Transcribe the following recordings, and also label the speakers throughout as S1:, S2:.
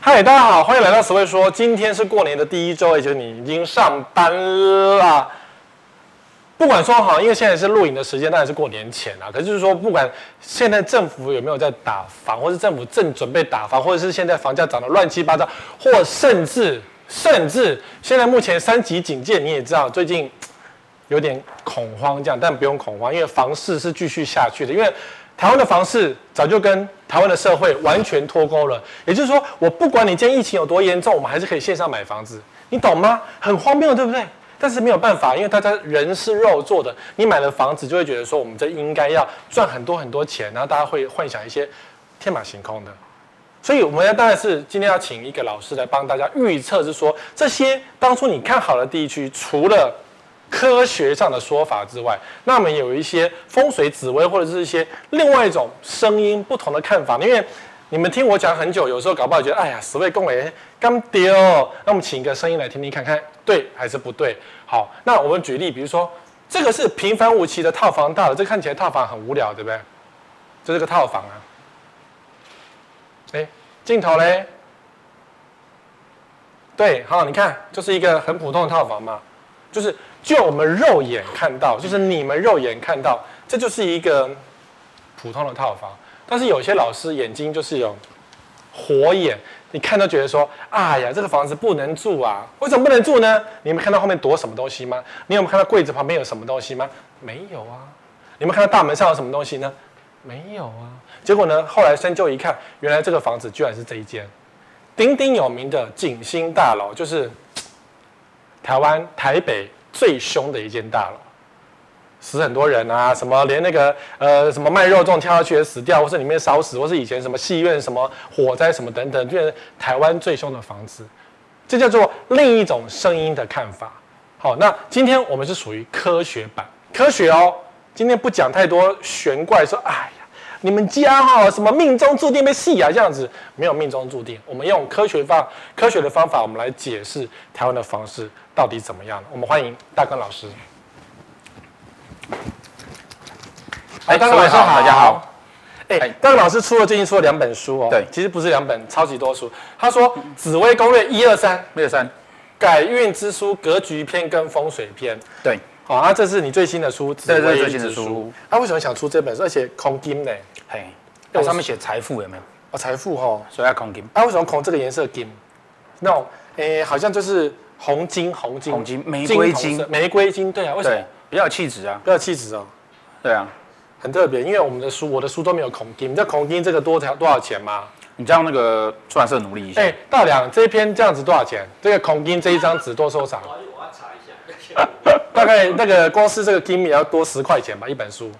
S1: 嗨，大家好，欢迎来到词汇说。今天是过年的第一周，也就是你已经上班啦。不管说哈，因为现在是录影的时间，当然是过年前啊。可是就是说，不管现在政府有没有在打房，或是政府正准备打房，或者是现在房价涨得乱七八糟，或甚至甚至现在目前三级警戒，你也知道最近有点恐慌这样，但不用恐慌，因为房市是继续下去的，因为台湾的房市早就跟台湾的社会完全脱钩了。也就是说，我不管你今天疫情有多严重，我们还是可以线上买房子，你懂吗？很荒谬，对不对？但是没有办法，因为大家人是肉做的，你买了房子就会觉得说，我们这应该要赚很多很多钱，然后大家会幻想一些天马行空的。所以我们要当然是今天要请一个老师来帮大家预测，是说这些当初你看好的地区，除了科学上的说法之外，那我们有一些风水紫微或者是一些另外一种声音不同的看法，因为。你们听我讲很久，有时候搞不好觉得，哎呀，十位共委刚丢。那我们请一个声音来听听看看，对还是不对？好，那我们举例，比如说这个是平凡无奇的套房大楼，这看起来套房很无聊，对不对？这是个套房啊。哎，镜头嘞？对，好，你看，就是一个很普通的套房嘛，就是就我们肉眼看到，就是你们肉眼看到，这就是一个普通的套房。但是有些老师眼睛就是有火眼，你看都觉得说，哎呀，这个房子不能住啊！为什么不能住呢？你们看到后面躲什么东西吗？你有没有看到柜子旁边有什么东西吗？没有啊。你们看到大门上有什么东西呢？没有啊。结果呢，后来深究一看，原来这个房子居然是这一间鼎鼎有名的景星大楼，就是台湾台北最凶的一间大楼。死很多人啊，什么连那个呃什么卖肉粽跳下去也死掉，或是里面烧死，或是以前什么戏院什么火灾什么等等，变成台湾最凶的房子，这叫做另一种声音的看法。好，那今天我们是属于科学版，科学哦，今天不讲太多玄怪，说哎呀，你们家哦什么命中注定被戏啊这样子，没有命中注定，我们用科学方科学的方法，我们来解释台湾的房市到底怎么样。我们欢迎大根老师。哎，大
S2: 各
S1: 根老
S2: 位
S1: 师好，
S2: 大家好。。
S1: 哎、
S2: 哎
S1: 大根老师出了最近出了两本书哦，
S2: 对
S1: 其实不是两本，超级多书。他说《紫微攻略》一二三，
S2: 六三，
S1: 改运之书、格局篇跟风水篇。
S2: 对，
S1: 好、啊，这是你最新的书，紫
S2: 这是
S1: 微
S2: 最新的
S1: 之
S2: 书。
S1: 他、为什么想出这本书？而且恐金呢？
S2: 嘿，
S1: 我
S2: 它上面写财富有没有？
S1: 哦，财富哈、哦。
S2: 所以要空金，
S1: 啊，为什么恐这个颜色金？那种诶、好像就是红金、红金、
S2: 红金玫瑰
S1: 红色
S2: 金
S1: 玫瑰金。对啊，为什
S2: 对
S1: 么？，
S2: 比较有气质啊，
S1: 不要气质哦。
S2: 对啊。
S1: 很特别，因为我们的书，我的书都没有恐金。你知道恐金这个多少多少钱吗？
S2: 你这样那个出版社努力一下
S1: 哎、，大梁这一篇这样子多少钱？这个孔金这一张纸多收藏？大概那个光是这个金也要多十块钱吧，一本书。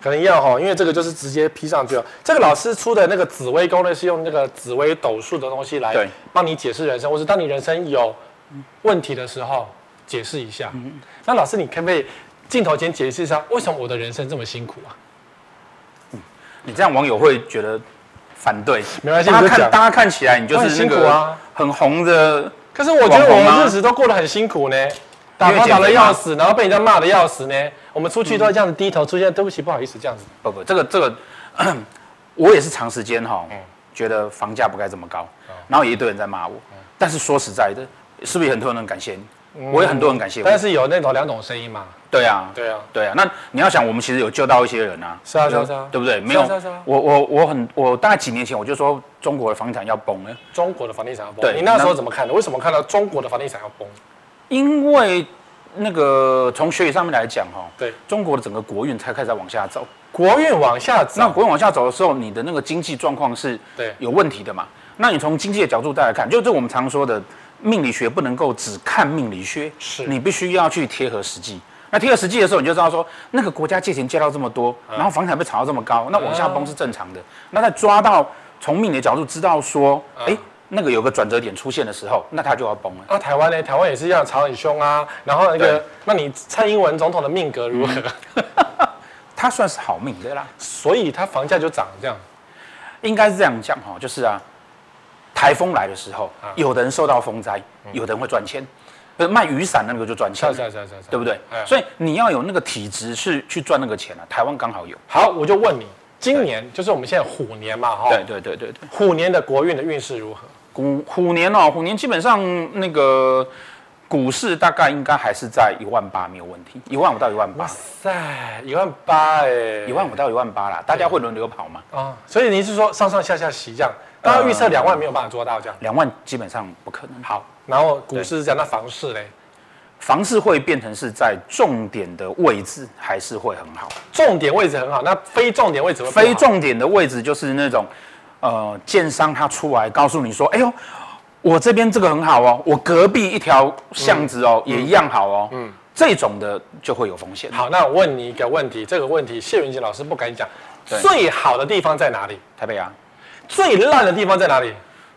S1: 可能要哈，因为这个就是直接批上去了。这个老师出的那个紫微攻略是用那个紫微斗数的东西来
S2: 对
S1: 帮你解释人生，或是当你人生有问题的时候解释一下。
S2: 嗯
S1: 那老师，你可不可以镜头前解释一下，为什么我的人生这么辛苦啊？
S2: 你这样网友会觉得反对。
S1: 没关系
S2: 大
S1: 你就
S2: 家
S1: 讲
S2: 看，大家看起来你就
S1: 我很
S2: 是
S1: 辛
S2: 那
S1: 苦
S2: 个
S1: 啊
S2: 很红的，
S1: 可是我觉得我
S2: 网红
S1: 们
S2: 吗
S1: 日子都过得很辛苦呢，打
S2: 因为
S1: 工打
S2: 减
S1: 的
S2: 肥
S1: 要
S2: 吗
S1: 死，然后被人家骂的要死呢。我们出去都要这样子低头出现，对不起，不好意思，这样子。
S2: 不不，这个这个，我也是长时间哈，
S1: 嗯
S2: 觉得房价不该这么高，
S1: 哦
S2: 然后也一堆人在骂我。
S1: 嗯
S2: 但是说实在的，是不是很多人很感谢你？我也很多人感谢我。
S1: 但是有那种两种声音嘛，
S2: 对啊，
S1: 对啊
S2: 对啊。那你要想，我们其实有救到一些人啊，
S1: 是啊
S2: 就是
S1: 啊是啊
S2: 对不对？
S1: 啊
S2: 没有
S1: 是啊是啊，
S2: 我我我很我大概几年前我就说中国的房产要崩了，
S1: 中国的房地产要崩。
S2: 对
S1: 你那时候怎么看的？为什么看到中国的房地产要崩？
S2: 因为那个从学理上面来讲哈、哦，
S1: 对，
S2: 中国的整个国运才开始往下走。
S1: 国运往下
S2: 那
S1: 走，
S2: 国运往下走的时候，你的那个经济状况是
S1: 对
S2: 有问题的嘛？那你从经济的角度再来看，就是我们常说的命理学不能够只看命理学，
S1: 是
S2: 你必须要去贴合实际。那贴合实际的时候，你就知道说，那个国家借钱借到这么多，
S1: 嗯
S2: 然后房产被炒到这么高，那往下崩是正常的。那再抓到从命理的角度知道说，
S1: 嗯
S2: 哎，那个有个转折点出现的时候，那它就要崩了。
S1: 那啊台湾呢？台湾也是一样，吵很凶啊。然后那个
S2: 对，
S1: 那你蔡英文总统的命格如 何？
S2: 它算是好命的啦，
S1: 所以他房价就涨这样。
S2: 应该是这样讲哈，就是啊，台风来的时候，
S1: 啊
S2: 有的人受到风灾，
S1: 嗯
S2: 有的人会赚钱，不是卖雨伞那个就赚
S1: 是
S2: 钱
S1: 啊，是啊是啊是啊，
S2: 对不对
S1: 哎？
S2: 所以你要有那个体质去去赚那个钱啊，台湾刚好有。
S1: 好，我就问你，今年就是我们现在虎年嘛，哈，
S2: 对对对对对。
S1: 虎年的国运的运势如何？
S2: 虎虎年哦，虎年基本上那个股市大概应该还是在一万八没有问题，一万五到一万八
S1: 哇，塞，一万八哎，
S2: 一万哦五到一万八啦，大家会轮流跑嘛，
S1: 啊！所以你是说上上下下洗这样？
S2: 呃
S1: 刚刚预测两万没有办法做到这样。
S2: 两万基本上不可能。好，
S1: 然后股市是这样，那房市嘞？
S2: 房市会变成是在重点的位置，还是会很好。
S1: 重点位置很好，那非重点位置会不好
S2: 非重点的位置就是那种，呃，建商他出来告诉你说，哎呦，我这边这个很好哦，我隔壁一条巷子哦、也一样好哦，嗯，这种的就会有风险。
S1: 好。那我问你一个问题，这个问题谢云锦老师不敢讲。
S2: 对
S1: 最好的地方在哪里？
S2: 台北啊，
S1: 最烂的地方在哪里？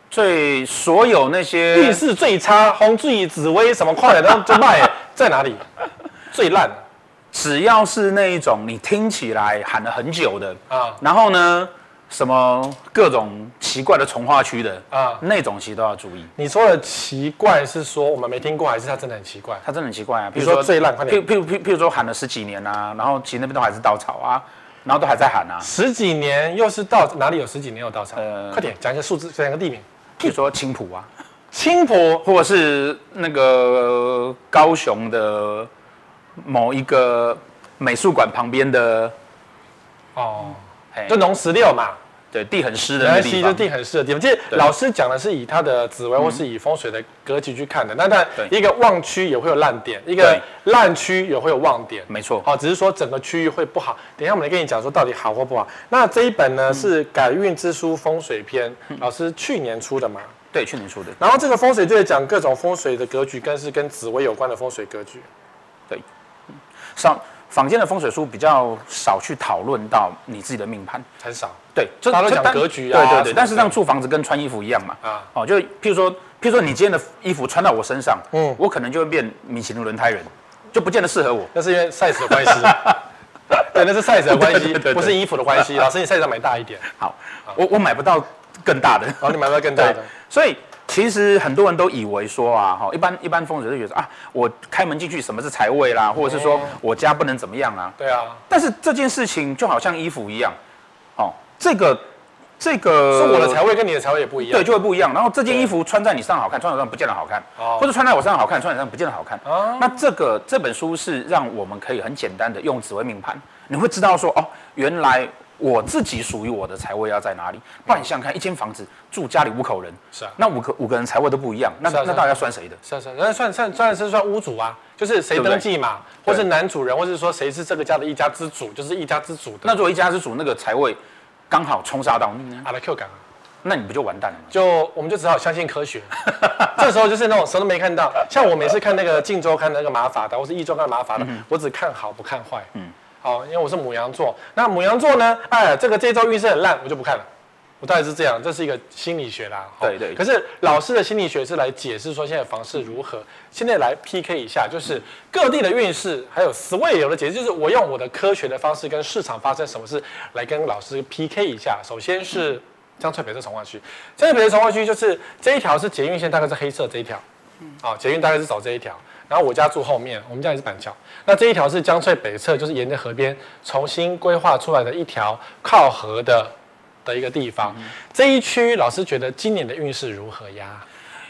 S2: 最所有那些
S1: 运势最差，红最紫薇什么快点都就卖， 在哪里？最烂
S2: 只要是那一种你听起来喊了很久的，
S1: 啊
S2: 然后呢，什么各种奇怪的从化区的
S1: 啊！
S2: 那种，其实都要注意。
S1: 你说的奇怪是说我们没听过，还是它真的很奇怪？
S2: 它真的很奇怪啊，比
S1: 如说最烂快
S2: 譬
S1: 点
S2: 譬如譬譬如说喊了十几年啊，然后其实那边都还是稻草啊，然后都还在喊啊。
S1: 十几年又是稻哪里有十几年有稻草？
S2: 呃
S1: 快点讲一个数字，讲一个地名。
S2: 比如说青浦啊，
S1: 青浦
S2: 或者是那个呃高雄的某一个美术馆旁边的，
S1: 哦，
S2: 嘿
S1: 就农十六嘛，
S2: 对地很湿的
S1: 没
S2: 那个
S1: 关系，
S2: 地
S1: 就
S2: 方。嗯
S1: 地很适合地方。其实老师讲的是以它的紫薇或是以风水的格局去看的。那但
S2: 对
S1: 一个旺区也会有烂点，一个烂区也会有旺点。
S2: 没错
S1: 好，只是说整个区域会不好。等一下我们来跟你讲说到底好或不好。那这一本
S2: 嗯
S1: 呢是《改运之书风水篇》，老师去年出的嘛。
S2: 对，去年出的。
S1: 然后这个风水就在讲各种风水的格局，跟是跟紫薇有关的风水格局。
S2: 上坊间的风水书比较少去讨论到你自己的命盘，
S1: 很少
S2: 对，这
S1: 大家都
S2: 这
S1: 讲
S2: 但
S1: 格局啊
S2: 对对
S1: 什么
S2: 对，但是
S1: 的
S2: 让住房子跟穿衣服一样嘛，
S1: 啊
S2: 哦，就譬如说，譬如说你今天的衣服穿到我身上，
S1: 嗯
S2: 嗯，我可能就会变米其林轮胎人，就不见得适合我。
S1: 那是因为 size 的关 系。对，那是 size 的关系
S2: 对对对，对
S1: 不是衣服的关系。老师，你 size 要买大一点，
S2: 好，
S1: 啊
S2: 我我买不到更大的，
S1: 然后你买不到更大的。
S2: 所以其实很多人都以为说啊，哈，一般一般风水就觉得啊，我开门进去什么是财位啦，或者是说我家不能怎么样啊，
S1: 对啊，
S2: 但是这件事情就好像衣服一样，哦，这个这个
S1: 是我的财位跟你的财位也不一样。
S2: 呃对，就会不一样。然后这件衣服穿在你身上好看，穿在我身上不见得好看，
S1: 哦
S2: 或者穿在我身上好看，穿在你身上不见得好看。那这个这本书是让我们可以很简单的用紫微命盘，你会知道说哦，原来我自己属于我的财位要在哪里。不然你想想看，一间房子住家里五口人，
S1: 是啊
S2: 那五个五个人财位都不一样，那
S1: 是啊是
S2: 那
S1: 啊
S2: 到底要算谁的？
S1: 是啊是啊，那算算算是算屋主啊，就是谁
S2: 对不对
S1: 登记嘛，或
S2: 对
S1: 是男主人，或是说谁是这个家的一家之主，就是一家之主的。
S2: 那如果一家之主那个财位刚好冲杀到你呢，
S1: 阿拉 Q 感啊，
S2: 那你不就完蛋了吗？
S1: 就我们就只好相信科学。这时候就是那种什么都没看到，像我每次看那个《镜周刊》的那个马法达，或是《一周刊》的马法达，
S2: 嗯
S1: 我只看好不看坏。嗯，好，因为我是母羊座，那母羊座呢，哎，这个这周运势很烂，我就不看了。我大概是这样，这是一个心理学啦。哦
S2: 对对
S1: 可是老师的心理学是来解释说现在房市如何。现在来 PK 一下，就是各地的运势，还有 sway 有的解释，就是我用我的科学的方式跟市场发生什么事来跟老师 PK 一下。首先是江翠北的从化区，江翠北的从化区就是这一条是捷运线，大概是黑色这一条。啊，捷运大概是走这一条。然后我家住后面，我们家也是板桥。那这一条是江翠北侧，就是沿着河边重新规划出来的一条靠河的的一个地方。
S2: 嗯
S1: 这一区老师觉得今年的运势如何呀？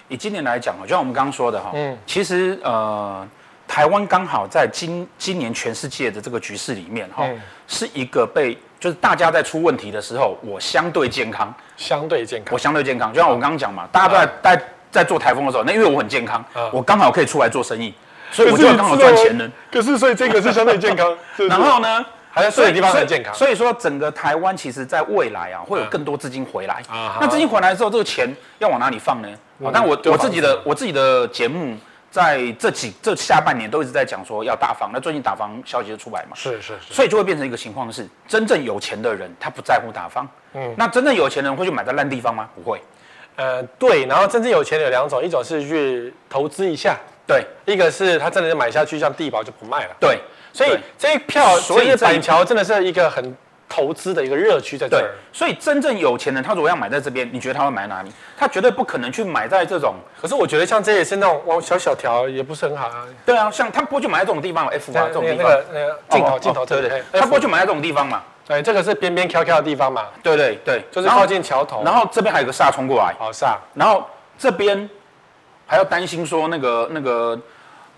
S2: 以今年来讲哦，就像我们刚刚说的哈，
S1: 嗯
S2: 嗯，其实呃，台湾刚好在今今年全世界的这个局势里面哈，
S1: 嗯
S2: 是一个被就是大家在出问题的时候，我相对健康，
S1: 相对健康
S2: 我。相对健康，就像我刚刚讲嘛，大家都在、
S1: 嗯
S2: 在在做台风的时候，那因为我很健康，
S1: 啊
S2: 我刚好可以出来做生意，所以
S1: 可
S2: 我
S1: 是
S2: 就刚好赚钱了。。
S1: 可是所以这个是相对健康。
S2: 然后呢，
S1: 还在睡的地方很健康。嗯
S2: 所以所以说整个台湾其实在未来啊，会有更多资金回来。
S1: 啊哈嗯
S2: 那资金回来之后，这个钱要往哪里放呢？好，但我
S1: 丢
S2: 我
S1: 房
S2: 自
S1: 子
S2: 己的我自己的节目。在这几这下半年都一直在讲说要打房，那最近打房消息就出来嘛，
S1: 是是是，
S2: 所以就会变成一个情况是，真正有钱的人他不在乎打房，嗯，那真正有钱人会去买在烂地方吗？不会，
S1: 呃，对。然后真正有钱的有两种，一种是去投资一下，
S2: 对
S1: 一个是他真的是买下去，像地保就不卖了。
S2: 对，
S1: 所以
S2: 对
S1: 这一票，
S2: 所以
S1: 其实
S2: 这一
S1: 板桥真的是一个很投资的一个热区在这
S2: 对
S1: 儿。，
S2: 所以真正有钱人他如果要买在这边，你觉得他会买哪里？他绝对不可能去买在这种，
S1: 可是我觉得像这也是那种往小小条，也不是很好啊。
S2: 对啊，像他不会去买在这种地方，F 啊
S1: 那
S2: 这种地
S1: 那
S2: 方，哦
S1: 个那个镜头镜头这
S2: 对不
S1: 里
S2: 对，
S1: 哎
S2: 他不会去买在这种地方嘛，
S1: 对，哎这个是边边翘翘的地方嘛，
S2: 对对对，
S1: 就是
S2: 然后
S1: 靠近桥头。
S2: 然后这边还有个煞冲过来，
S1: 好煞，
S2: 然后这边还要担心说那个那个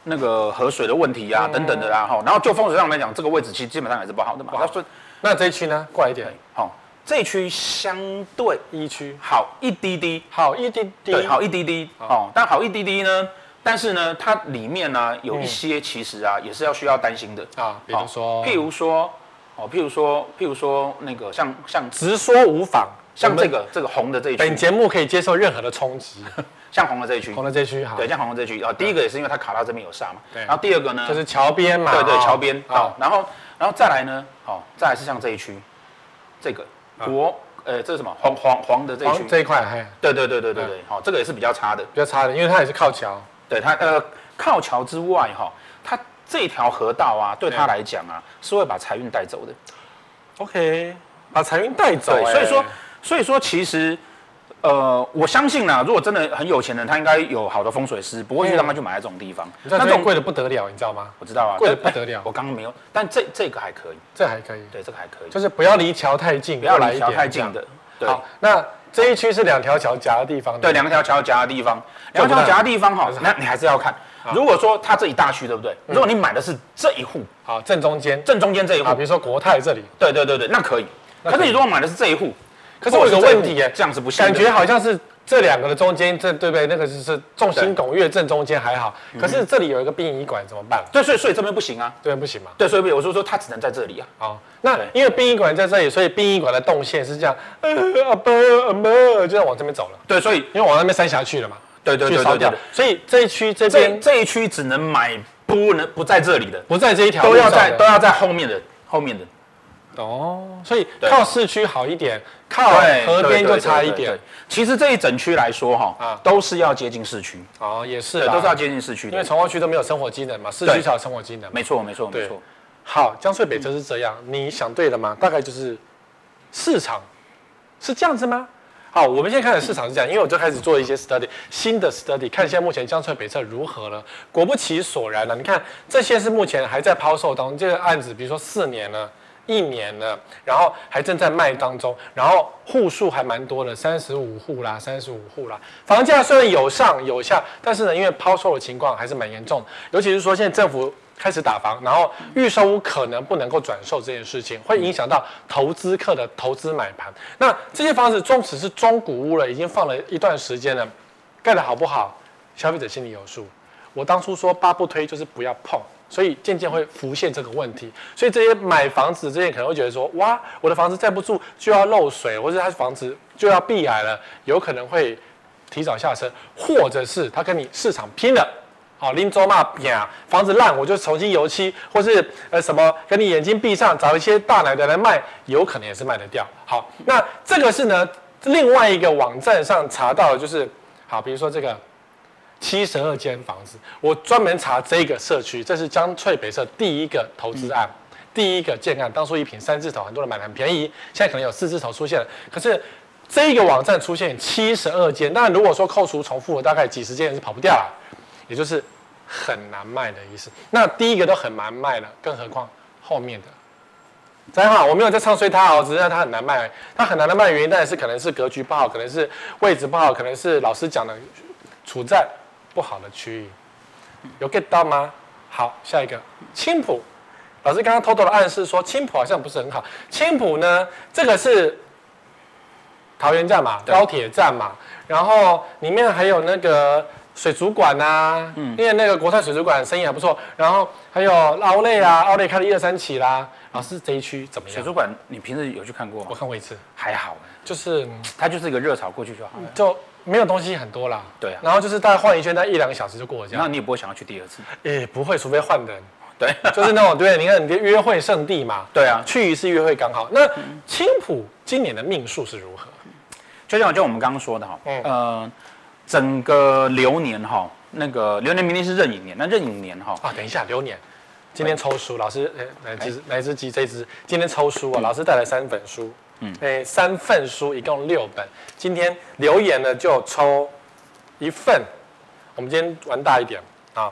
S2: 那个河水的问题
S1: 嗯
S2: 啊、等等的啦哈。然后就风水上来讲，这个位置其实基本上也是不好的嘛。它顺
S1: 那这一区呢？过来一点，
S2: 好，这一区相对
S1: 一区
S2: 好一滴滴，
S1: 好一滴滴，
S2: 对，好一滴滴哦。但好一滴滴呢，但是呢，它里面呢、
S1: 嗯
S2: 有一些其实啊、也是要需要担心的
S1: 啊，比如说，
S2: 哦譬如说哦，譬如说譬如说那个像像
S1: 直说无妨，
S2: 像
S1: 我们
S2: 这个这个红的这一
S1: 本
S2: 区，
S1: 节目可以接受任何的冲 击，
S2: 像红的这一区
S1: 红，的这一区好，
S2: 对，像红的这一区啊、哦，第一个也是因为它卡到这边有煞嘛，
S1: 对
S2: 然后第二个呢，
S1: 就是桥边嘛，
S2: 对对
S1: 哦
S2: 桥边好
S1: 哦，
S2: 然后然后再来呢，好，再来是像这一区，这个国呃这是什么黄黄黄的这一
S1: 啊黄
S2: 区，
S1: 这一嗯块嘿
S2: 对对对对对对，好，这个也是比较差的，
S1: 比较差的，因为它也是靠桥，
S2: 对它呃靠桥之外哈，它这条河道啊，对它
S1: 对
S2: 来讲啊是会把财运带走的，
S1: OK，把财运带走、
S2: 对，
S1: 哎
S2: 所以说，所以说其实，呃，我相信啦，如果真的很有钱人，他应该有好的风水师，不会去
S1: 嗯
S2: 让他去买在这种地方。
S1: 你知道
S2: 那
S1: 这
S2: 种
S1: 边贵的不得了，你知道吗？
S2: 我知道啊，
S1: 贵得
S2: 但
S1: 不得了
S2: 哎我刚刚没有，但这这个还可以，
S1: 这还可以，
S2: 对，这个还可以，
S1: 就是不要离桥太近，
S2: 不要
S1: 来
S2: 离
S1: 一
S2: 桥
S1: 点
S2: 太近的。
S1: 这
S2: 对
S1: 样。好，那这一区是两条桥夹的地方，
S2: 对，，两条桥夹的地方，两条桥夹的地方哈，那你还是要看。如果说它这一大区对不对？
S1: 嗯
S2: 如果你买的是这一户
S1: 好，正中间，
S2: 正中间哦这一
S1: 啊，
S2: 户
S1: 比，如说国泰这里，
S2: 对对对对，那可以。
S1: 那
S2: 可是
S1: 可以
S2: 你如果买的是这一户，
S1: 可是我有个
S2: 或者这一户
S1: 问题耶
S2: 这样子不行的，
S1: 感觉好像是这两个的中间，这对不对？那个是是众星
S2: 对
S1: 拱月正中间还好，可是这里有一个殡仪馆怎么办？
S2: 对，所以所以这边不行啊。
S1: 这边不行吗？
S2: 对，所以我就说它只能在这里啊。
S1: 好，那
S2: 对
S1: 因为殡仪馆在这里，所以殡仪馆的动线是这样，呃，阿伯阿嬷就要往这边走了，
S2: 对，所以
S1: 因为往那边三峡去了嘛，
S2: 对对
S1: 去
S2: 对
S1: 烧
S2: 对
S1: 掉
S2: 对，，
S1: 所以这一区这
S2: 这
S1: 边
S2: 这一区只能买不能不在这里的，
S1: 不在这一条路
S2: 都要
S1: 上的，
S2: 在都要在后面的后面的。
S1: 哦，所以
S2: 对
S1: 靠市区好一点，靠河边就差一。
S2: 对对
S1: 点
S2: 对其实这一整区来说
S1: 啊
S2: 哈，都是要接近市区，
S1: 哦，也是
S2: 对，
S1: 啦
S2: 都是要接近市区
S1: 因为
S2: 的。
S1: 从化区都没有生活机能嘛，市区
S2: 对
S1: 才有生活机能嘛。
S2: 没错，没错，
S1: 对
S2: 没错。
S1: 好，江翠北就是这样，你想对了吗？大概就是市场是这样子吗？好，我们现在看的市场是这样，因为我就开始做一些 study，新的 study，看现在目前江翠北侧如何了。果不其所然了，啊你看这些是目前还在抛售当中，这个案子比如说四年了。一年了，然后还正在卖当中，然后户数还蛮多的，三十五户啦，三十五户啦。房价虽然有上有下，但是呢，因为抛售的情况还是蛮严重的，尤其是说现在政府开始打房，然后预售屋可能不能够转售这件事情，会影响到投资客的投资买盘。那这些房子纵使是中古屋了，已经放了一段时间了，盖的好不好，消费者心里有数。我当初说八不推就是不要碰，所以渐渐会浮现这个问题。所以这些买房子这些可能会觉得说，哇，我的房子再不住就要漏水，或者他房子就要避癌了，有可能会提早下车，或者是他跟你市场拼了。好，拎走嘛，呀，房子烂我就重新油漆，或是呃什么，跟你眼睛闭上，找一些大奶奶来卖，有可能也是卖得掉。好，那这个是呢，另外一个网站上查到的，就是好，比如说这个七十二间房子，我专门查这个社区，这是江翠北社第一个投资案，第一个建案。当初一平三字头，很多人买的很便宜，现在可能有四字头出现了。可是这个网站出现七十二间，那如果说扣除重复的，大概几十间也是跑不掉了，也就是很难卖的意思。那第一个都很难卖了，更何况后面的。真好，我没有在唱衰它哦，只是它很难卖。它很难的卖的原因，当然是可能是格局不好，可能是位置不好，可能是老师讲的处在不好的区域，有 get 到吗？好，下一个青浦，老师刚刚偷偷的暗示说青浦好像不是很好。青浦呢，这个是桃园站嘛，
S2: 对
S1: 高铁站嘛，然后里面还有那个水族馆呐、
S2: 嗯
S1: 因为那个国泰水族馆生意还不错，然后还有奥莱啊，奥莱开了一二三期啦。老师这一区怎么
S2: 水
S1: 样？
S2: 族馆，你平时有去看过
S1: 我
S2: 吗？
S1: 看过一次，
S2: 还好，
S1: 就是嗯
S2: 它就是一个热潮过去就好了。
S1: 就没有东西很多啦。
S2: 对啊
S1: 然后就是大概晃一圈，大概一两个小时就过了这
S2: 然后
S1: 样。
S2: 你也不会想要去第二次。
S1: 也不会，除非换人。
S2: 对，
S1: 就是那种对，你看你的约会圣地嘛，
S2: 对啊
S1: 去一次约会刚好。那青浦今年的命数是如何？
S2: 就像就我们刚刚说的哈，
S1: 嗯
S2: 呃，整个流年哈，那个流年明年是壬寅年，那壬寅年哈，
S1: 啊，等一下，流年，今天抽书，老师，哎，哪一只哪一只鸡？这一只今天抽书啊，老师带来三本书，嗯，哎，三份书，一共六本。今天留言呢就抽一份，我们今天玩大一点啊，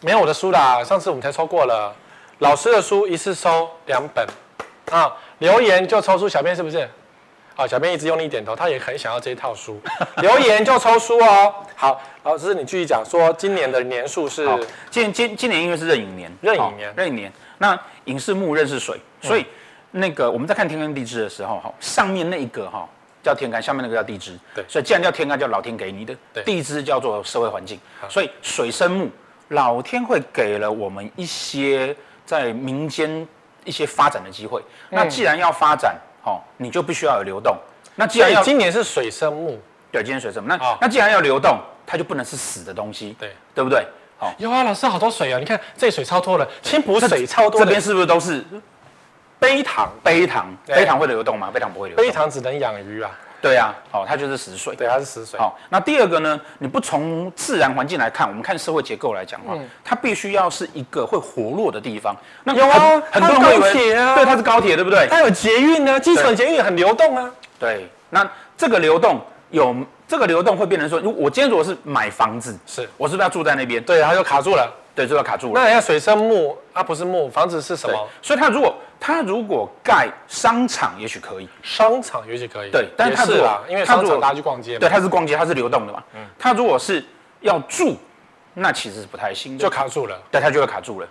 S1: 没有我的书啦，上次我们才抽过了，老师的书一次抽两本啊，留言就抽出小编是不是？啊，小编一直用力点头，他也很想要这一套 书，留言就抽书哦。好，老师你继续讲说今年的年数是
S2: 好，今今今年因为是壬寅年，
S1: 壬寅
S2: 好
S1: 年嗯
S2: 壬寅年。那寅是木，壬是水，所以那个我们在看天干地支的时候，哈，上面那一个哈叫天干，下面那个叫地支。
S1: 对
S2: 所以既然叫天干，叫老天给你的
S1: 对；
S2: 地支叫做社会环境。所以水生木，老天会给了我们一些在民间一些发展的机会。
S1: 嗯
S2: 那既然要发展，哦，你就必须要有流动。那既
S1: 所
S2: 然
S1: 以
S2: 要
S1: 今年是水生木，
S2: 对，今天水生木，那、
S1: 哦
S2: 那既然要流动，它就不能是死的东西，
S1: 对
S2: 对不对？好、
S1: 有啊，老师好多水啊，你看这里水超多了，青浦
S2: 这
S1: 水超多
S2: 这
S1: 的
S2: 边是不是都是
S1: 碑塘，
S2: 杯糖？
S1: 对
S2: 杯糖会流动吗？杯糖不会流
S1: 碑
S2: 动。
S1: 塘只能养鱼啊，哦
S2: 对啊，哦，它就是死水。
S1: 对，它是死水。
S2: 好、那第二个呢？你不从自然环境来看，我们看社会结构来讲的话，它必须要是一个会活络的地方。那
S1: 有啊
S2: 很很多人
S1: 它
S2: 会以
S1: 有高铁
S2: 为，
S1: 啊
S2: 对，它是高铁，对不对？
S1: 它有捷运啊，基层捷运也很流动啊。
S2: 对，那这个流动有这个流动会变成说，如果我今天如果是买房子，
S1: 是
S2: 我是不是要住在那边？
S1: 对，它就卡住了。
S2: 对，就要卡住了。
S1: 那人家水生木，啊不是木，房子是什
S2: 对
S1: 么？，
S2: 所以他如果他如果盖商场，也许可以。
S1: 商场也许可以。
S2: 对但
S1: 也
S2: 它如
S1: 是
S2: 果
S1: 啦，因为
S2: 它
S1: 商
S2: 如
S1: 场
S2: 果
S1: 大家去逛街嘛，
S2: 对，它是逛街，它是流动的嘛。
S1: 嗯
S2: 他如果是要住，那其实是不太行的，
S1: 就卡住了。
S2: 对，它就会卡住了。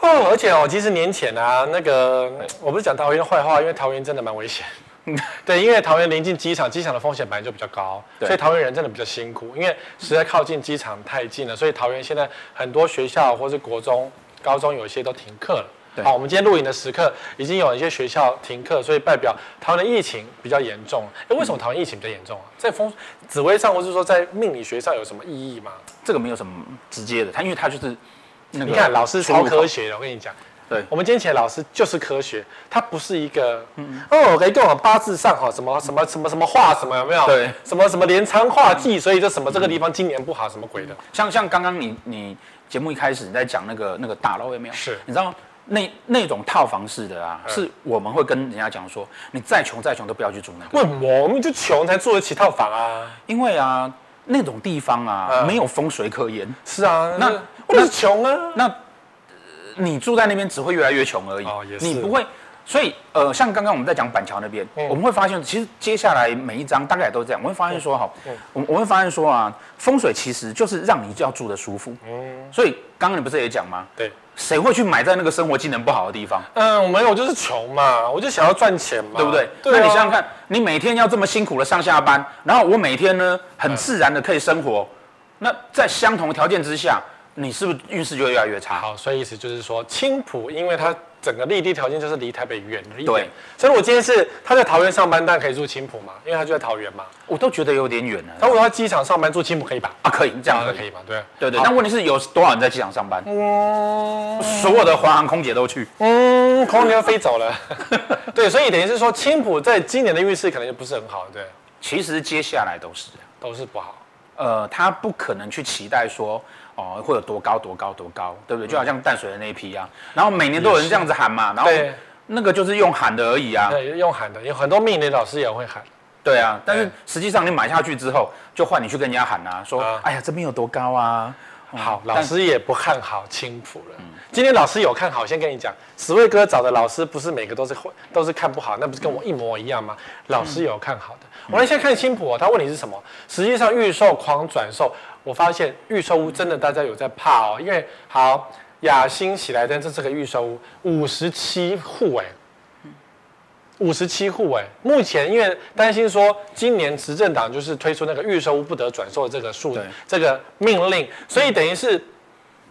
S1: 哦，而且哦，其实年前啊，那个我不是讲桃园的坏话，因为桃园真的蛮危险。
S2: 嗯
S1: 对，因为桃园临近机场，机场的风险本来就比较高，
S2: 对
S1: 所以桃园人真的比较辛苦，因为实在靠近机场太近了，所以桃园现在很多学校或是国中、高中有一些都停课了。
S2: 对
S1: 好，我们今天录影的时刻已经有一些学校停课，所以代表桃园的疫情比较严重。哎，为什么
S2: 嗯
S1: 桃园疫情比较严重啊？在风紫微上，或是说在命理学上有什么意义吗？
S2: 这个没有什么直接的，它因为它就是那个。
S1: 你看老师超科。学的，我跟你讲。
S2: 对
S1: 我们今天请的老师就是科学，它不是一个，
S2: 嗯
S1: 哦，我跟你讲，八字上哈，什么什么什么什么画什么有没有？
S2: 对
S1: 什么什么连仓化忌，所以就什么这个地方今年不好，什么鬼的，
S2: 像像刚刚你你节目一开始你在讲那个那个大楼有没有？
S1: 是嗯
S2: 你知道那那种套房式的啊，是我们会跟人家讲说，你再穷再穷都不要去住那个，
S1: 为什么？我们就穷才住得起套房啊。
S2: 因为啊那种地方啊
S1: 嗯
S2: 没有风水可言。
S1: 是啊，
S2: 那
S1: 那我们是穷啊。
S2: 那呃你住在那边只会越来越穷而已，
S1: 哦也是
S2: 你不会。所以，呃，像刚刚我们在讲板桥那边，
S1: 嗯
S2: 我们会发现，其实接下来每一章大概也都这样。我们会发现说，哈、
S1: 嗯
S2: 我我们会发现说啊，风水其实就是让你要住的舒服。
S1: 嗯
S2: 所以刚刚你不是也讲吗？
S1: 对，
S2: 谁会去买在那个生活技能不好的地方，
S1: 嗯，我没有，我就是穷嘛，我就想要赚钱嘛，
S2: 对不对？
S1: 对、啊，
S2: 那你想想，看，你每天要这么辛苦的上下班，然后我每天呢
S1: 嗯
S2: 很自然的可以生活，那在相同条件之下，你是不是运势就会越来越差？
S1: 啊好，所以意思就是说，青浦因为它整个立地条件就是离台北远了一点，
S2: 对，
S1: 所以我今天是他在桃园上班，但可以住青浦嘛，因为他就在桃园嘛。
S2: 我都觉得有点远了。
S1: 那如果他机场上班住青浦可以吧？
S2: 啊，可以这样
S1: 啊，
S2: 可
S1: 那
S2: 以
S1: 可。以嘛？对
S2: 对对，
S1: 好
S2: 但问题是有多少人在机场上班？所有的华航空姐都去。
S1: 嗯，空调飞走了。对，所以等于是说，青浦在今年的运势可能就不是很好，对，
S2: 其实接下来都是，
S1: 都是不好。
S2: 呃，他不可能去期待说，哦，会有多高多高多高，
S1: 嗯
S2: 对不对？就好像淡水的那一批啊，然后每年都有人这样子喊嘛，然后
S1: 对
S2: 那个就是用喊的而已啊，
S1: 对，用喊的，有很多命理老师也会喊。
S2: 对啊。但是
S1: 对
S2: 实际上你买下去之后，就换你去跟人家喊啊，说
S1: 啊，
S2: 哎呀，这边有多高啊。
S1: 好，
S2: 但
S1: 老师也不看好青浦了。今天老师有看好，先跟你讲，十位哥找的老师不是每个都是会都是看不好，那不是跟我一模一样吗？老师有看好的。我们现在看青浦、哦，他问你是什么？实际上预售狂转售，我发现预售屋真的大家有在怕哦，因为好雅欣喜来登这是个预售屋，五十七户哎。五十七户哎，目前因为担心说今年执政党就是推出那个预售屋不得转售的这个数
S2: 对
S1: 这个命令，所以等于是